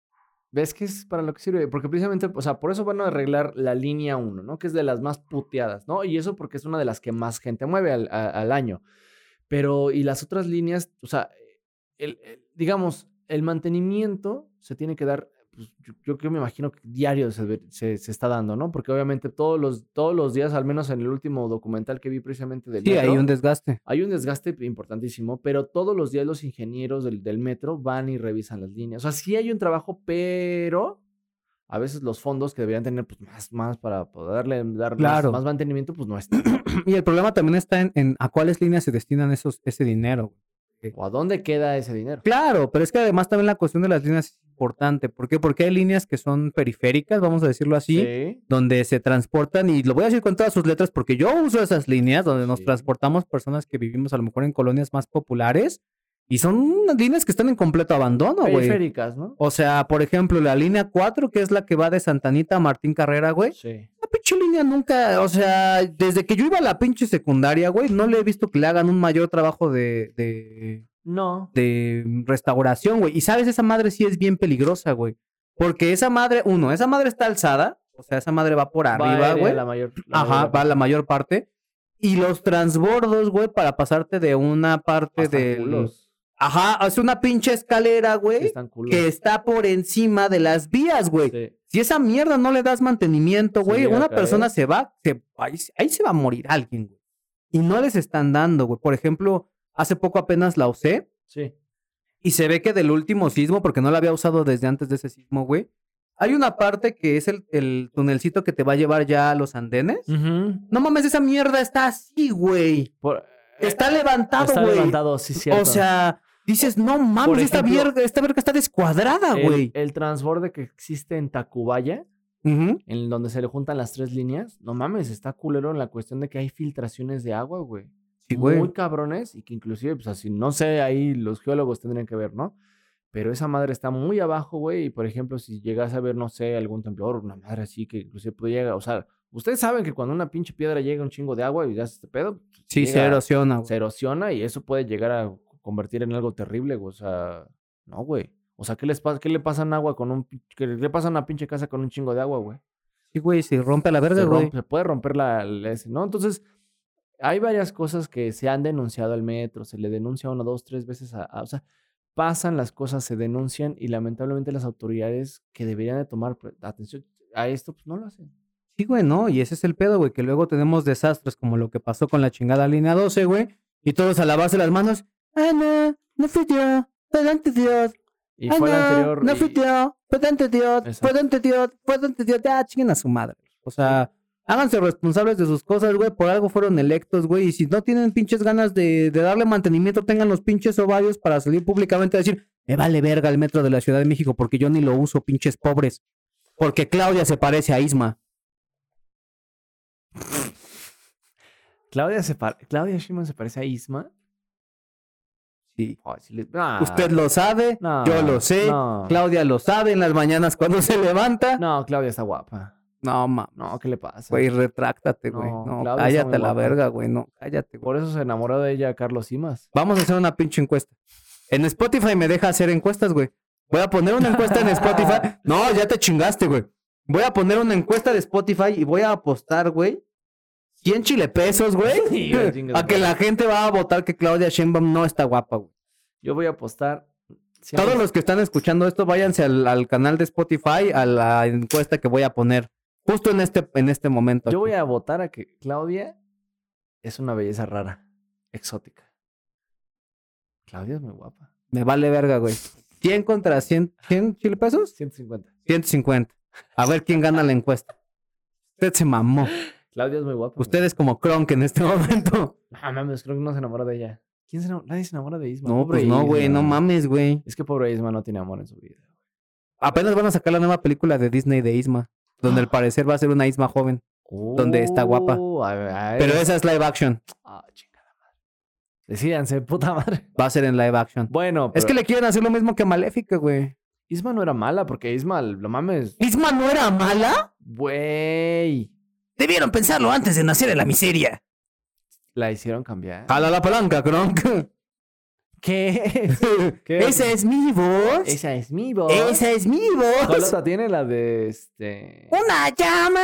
D: ¿Ves que es para lo que sirve? Porque precisamente, o sea, por eso van a arreglar la línea 1, ¿no? Que es de las más puteadas, ¿no? Y eso porque es una de las que más gente mueve al, a- al año. Pero, y las otras líneas, o sea, el- el- digamos, el mantenimiento se tiene que dar, pues, yo, yo que me imagino que diario se, ve- se, se está dando, ¿no? Porque obviamente todos los, todos los días, al menos en el último documental que vi precisamente del
C: Sí, hay
D: metro,
C: un desgaste.
D: hay un desgaste importantísimo, pero todos los días los ingenieros del, del metro van y revisan las líneas. O sea, sí hay un trabajo, pero a veces los fondos que deberían tener pues, más, más para poderle dar más-
C: Claro.
D: más, mantenimiento, pues no están.
C: Y el problema también está en, en a cuáles líneas se destinan esos, ese dinero. güey.
D: ¿O a dónde queda ese dinero?
C: Claro, pero es que además también la cuestión de las líneas es importante. ¿Por qué? Porque hay líneas que son periféricas, vamos a decirlo así. donde se transportan, y lo voy a decir con todas sus letras porque yo uso esas líneas, donde nos
D: Sí.
C: transportamos personas que vivimos a lo mejor en colonias más populares, y son unas líneas que están en completo abandono, güey.
D: Periféricas, ¿no?
C: O sea, por ejemplo, la línea 4, que es la que va de Santanita a Martín Carrera, güey.
D: Sí.
C: La pinche línea nunca, o sea, desde que yo iba a la pinche secundaria, güey, no le he visto que le hagan un mayor trabajo de, de,
D: No.
C: de restauración, güey. Y sabes, esa madre sí es bien peligrosa, güey. Porque esa madre, uno, esa madre está alzada, o sea, esa madre va por arriba,
D: aérea
C: güey.
D: La mayor, la
C: Ajá,
D: mayor-
C: va la mayor parte. Y los transbordos, güey, para pasarte de una parte
D: hasta
C: del...
D: culos,
C: Ajá, hace una pinche escalera,
D: sí
C: güey,
D: Están culos.
C: que está por encima de las vías, güey.
D: Sí.
C: Si esa mierda no le das mantenimiento,
D: Se
C: güey,
D: llega a
C: una
D: caer.
C: persona se va, se, ahí, se- ahí se va a morir alguien, güey. Y no les están dando, güey. Por ejemplo, hace poco apenas la usé,
D: Sí.
C: y se ve que del último sismo, porque no la había usado desde antes de ese sismo, güey. Hay una parte que es el, el tunelcito que te va a llevar ya a los andenes.
D: Mm.
C: No mames, esa mierda está así, güey.
D: Por-
C: Está levantado,
D: está
C: güey.
D: levantado, sí, cierto.
C: o sea, dices, no mames, esta,
D: ejemplo,
C: verga, esta verga está descuadrada,
D: El-
C: güey.
D: el transborde que existe en Tacubaya,
C: Ujú.
D: en donde se le juntan las tres líneas, no mames, está culero en la cuestión de que hay filtraciones de agua, güey.
C: Sí, güey.
D: Muy cabrones y que inclusive, pues así, no sé, ahí los geólogos tendrían que ver, ¿no? Pero esa madre está muy abajo, güey, y por ejemplo, si llegas a ver, no sé, algún temblor, una madre así que inclusive puede llegar, o sea, ustedes saben que cuando una pinche piedra llega un chingo de agua y ya se te pedo, pues,
C: Sí, se
D: llega-
C: erosiona, güey.
D: se erosiona y eso puede llegar a convertir en algo terrible, güey. O sea, no, güey. O sea, ¿qué, les pasa? ¿qué le pasan agua con un... pin- ¿Qué le pasa a una pinche casa con un chingo de agua, güey?
C: Sí, güey, se rompe a la verga,
D: se,
C: güey.
D: rompe- se puede romper la, la ese, ¿no? Entonces, hay varias cosas que se han denunciado al metro, se le denuncia una, dos, tres veces a, a- o sea, pasan las cosas, se denuncian y lamentablemente las autoridades que deberían de tomar pre- atención a esto, pues no lo hacen.
C: Sí, güey, no, y ese es el pedo, güey, que luego tenemos desastres como lo que pasó con la chingada línea 12, güey, y todos a lavarse las manos. Ah, no, no fui yo, fue ante Dios.
D: Y
C: Ah,
D: fue el
C: no,
D: anterior...
C: No
D: y-
C: fui yo, fue ante Dios,
D: Exacto.
C: fue ante Dios, fue ante Dios, ya chinguen a su madre. O sea, háganse responsables de sus cosas, güey, por algo fueron electos, güey, y si no tienen pinches ganas de, de darle mantenimiento, tengan los pinches ovarios para salir públicamente a decir, me vale verga el metro de la Ciudad de México porque yo ni lo uso, pinches pobres. Porque Claudia se parece a Isma.
D: Claudia, se par- Claudia Sheinbaum se parece a Isma.
C: Sí.
D: Ay, sí le- nah.
C: Usted lo sabe,
D: Ah, No,
C: yo lo sé,
D: no.
C: Claudia lo sabe en las mañanas cuando se levanta.
D: No, Claudia está guapa.
C: No, mames.
D: No, ¿qué le pasa?
C: Güey, retráctate, güey.
D: No,
C: No,
D: Claudia está
C: cállate
D: muy
C: a la
D: guapa.
C: verga, güey. No, cállate, güey.
D: Por eso se enamoró de ella Carlos Simas.
C: Vamos a hacer una pinche encuesta. En Spotify me deja hacer encuestas, güey. Voy a poner una encuesta en Spotify. No, ya te chingaste, güey. Voy a poner una encuesta de Spotify y voy a apostar, güey. 100 chile pesos, güey.
D: Sí, güey, chingas,
C: a que
D: güey.
C: la gente va a votar que Claudia Sheinbaum no está guapa, güey.
D: Yo voy a apostar. cien
C: Todos los que están escuchando esto, váyanse al, al canal de Spotify, a la encuesta que voy a poner justo en este, en este momento.
D: Yo voy
C: aquí.
D: a votar a que Claudia es una belleza rara, exótica. Claudia es muy guapa.
C: Me vale verga, güey. 100 contra 100, 100 chile pesos,
D: 150.
C: 150. A ver quién gana la encuesta. Usted se mamó.
D: Claudia es muy guapa. güey.
C: Usted es como Kronk en este momento.
D: No mames, creo que no se enamoró de ella. ¿Quién se enamoró? Nadie se enamora de Isma.
C: No,
D: Pobre
C: pues no, güey,
D: Isma.
C: no mames, güey.
D: Es que pobre Isma no tiene amor en su vida.
C: Apenas van a sacar la nueva película de Disney de Isma, donde al parecer va a ser una Isma joven. Donde está guapa.
D: Oh, a ver, a ver.
C: Pero esa es live action,
D: Ah, chingada madre. Decídanse, puta madre.
C: va a ser en live action.
D: Bueno,
C: Es que
D: pero
C: le quieren hacer lo mismo que a Maléfica, güey.
D: Isma no era mala, porque Isma, lo mames,
C: ¿Isma no era mala?
D: güey.
C: Debieron pensarlo antes de nacer en la miseria.
D: La hicieron cambiar.
C: Jala la palanca, Kronk.
D: ¿Qué? ¿Qué?
C: Esa es mi voz.
D: Esa es mi voz.
C: Esa es mi voz.
D: Carlota tiene la de este.
C: Una llama.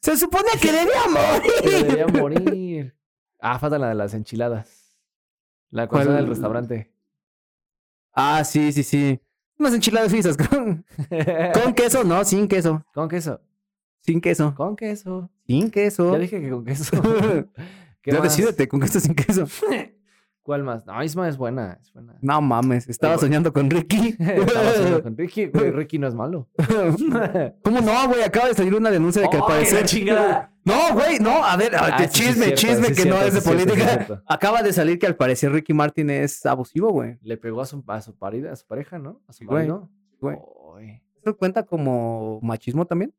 C: Se supone que debía
D: que
C: morir.
D: Debería morir. Ah, falta la de las enchiladas. La cosa
C: ¿Cuál?
D: del restaurante.
C: Ah, sí, sí, sí. Unas enchiladas suizas. Con, con queso, no, sin queso.
D: ¿Con queso?
C: Sin queso.
D: Con queso.
C: Sin queso.
D: Ya dije que con queso. ¿Qué
C: Ya
D: más?
C: decídete, con queso, sin queso.
D: ¿Cuál más? No, Isma es buena. Es buena.
C: No mames, estaba
D: Digo-
C: soñando con Ricky.
D: Estaba haciendo con Ricky. Güey, Ricky no es malo.
C: ¿Cómo no, güey? Acaba de salir una denuncia de que al
D: ¡Ay, la
C: parecer.
D: chingada!
C: No, güey, no, a ver, a-
D: Ah,
C: que
D: eso sí es
C: chisme,
D: cierto,
C: chisme
D: sí es
C: que no
D: cierto,
C: es de
D: sí es cierto, sí es
C: política.
D: cierto.
C: Acaba de salir que al parecer Ricky Martin es abusivo, güey.
D: Le pegó a su, a su parida, a su pareja, ¿no? A su
C: Güey,
D: marido.
C: güey.
D: Ay,
C: Eso cuenta como machismo también,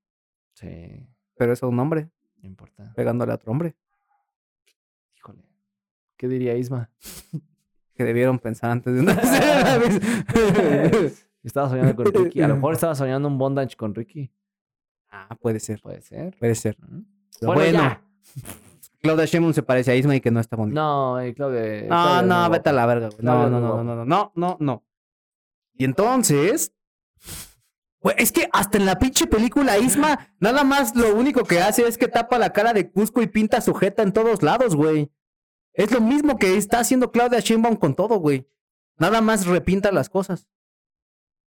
D: sí,
C: pero es a un hombre
D: no importa.
C: pegándole a otro hombre.
D: Híjole. ¿Qué diría Isma?
C: Que debieron pensar antes de una
D: estaba soñando con Ricky. A lo mejor estaba soñando un bondage con Ricky.
C: Ah, puede ser,
D: Puede ser.
C: puede ser.
D: ¿no?
C: Pero
D: Bueno,
C: bueno,
D: ya.
C: Claudia Sheinbaum se parece a Isma y que no está bonita.
D: No, eh, Claudia.
C: No, no, vete a la verga, güey. No,
D: Claudia
C: no,
D: es muy
C: no, no,
D: guapa.
C: no, no, no, no. Y entonces. güey, es que hasta en la pinche película Isma, nada más lo único que hace es que tapa la cara de Cusco y pinta sujeta en todos lados, güey. Es lo mismo que está haciendo Claudia Sheinbaum con todo, güey. Nada más repinta las cosas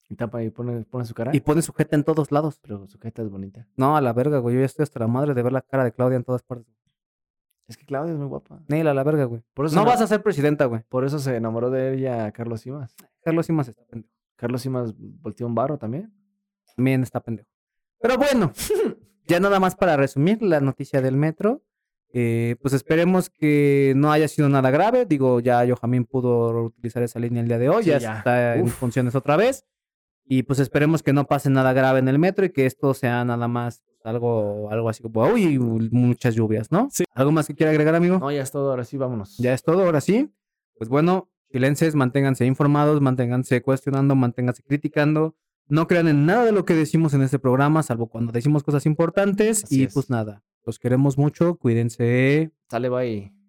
D: Y tapa y pone, pone su cara.
C: y pone sujeta en todos lados.
D: Pero su jeta es bonita.
C: No, a la verga, güey. Yo ya estoy hasta la madre de ver la cara de Claudia en todas partes.
D: Es que Claudia es muy guapa.
C: Neil, a la verga, güey.
D: Por eso,
C: No
D: ena-
C: vas a ser presidenta, güey.
D: por eso se enamoró de ella Carlos Simas.
C: Carlos Simas está pendejo.
D: Carlos Simas volteó un barro también.
C: También está pendejo. Pero bueno, ya nada más para resumir la noticia del metro. eh, pues esperemos que no haya sido nada grave. Digo, ya Yojamín pudo utilizar esa línea el día de hoy.
D: Sí,
C: ya,
D: ya.
C: está en
D: Uf.
C: funciones otra vez. Y pues esperemos que no pase nada grave en el metro y que esto sea nada más algo, algo así como, uy, muchas lluvias, ¿no?
D: Sí.
C: ¿Algo más que quiera agregar, amigo?
D: No, ya es todo. Ahora sí, vámonos.
C: Ya es todo, ahora sí. Pues bueno, chilenses, manténganse informados, manténganse cuestionando, manténganse criticando. No crean en nada de lo que decimos en este programa, salvo cuando decimos cosas importantes.
D: Así
C: y
D: es.
C: pues nada, los queremos mucho, cuídense.
D: Sale, bye.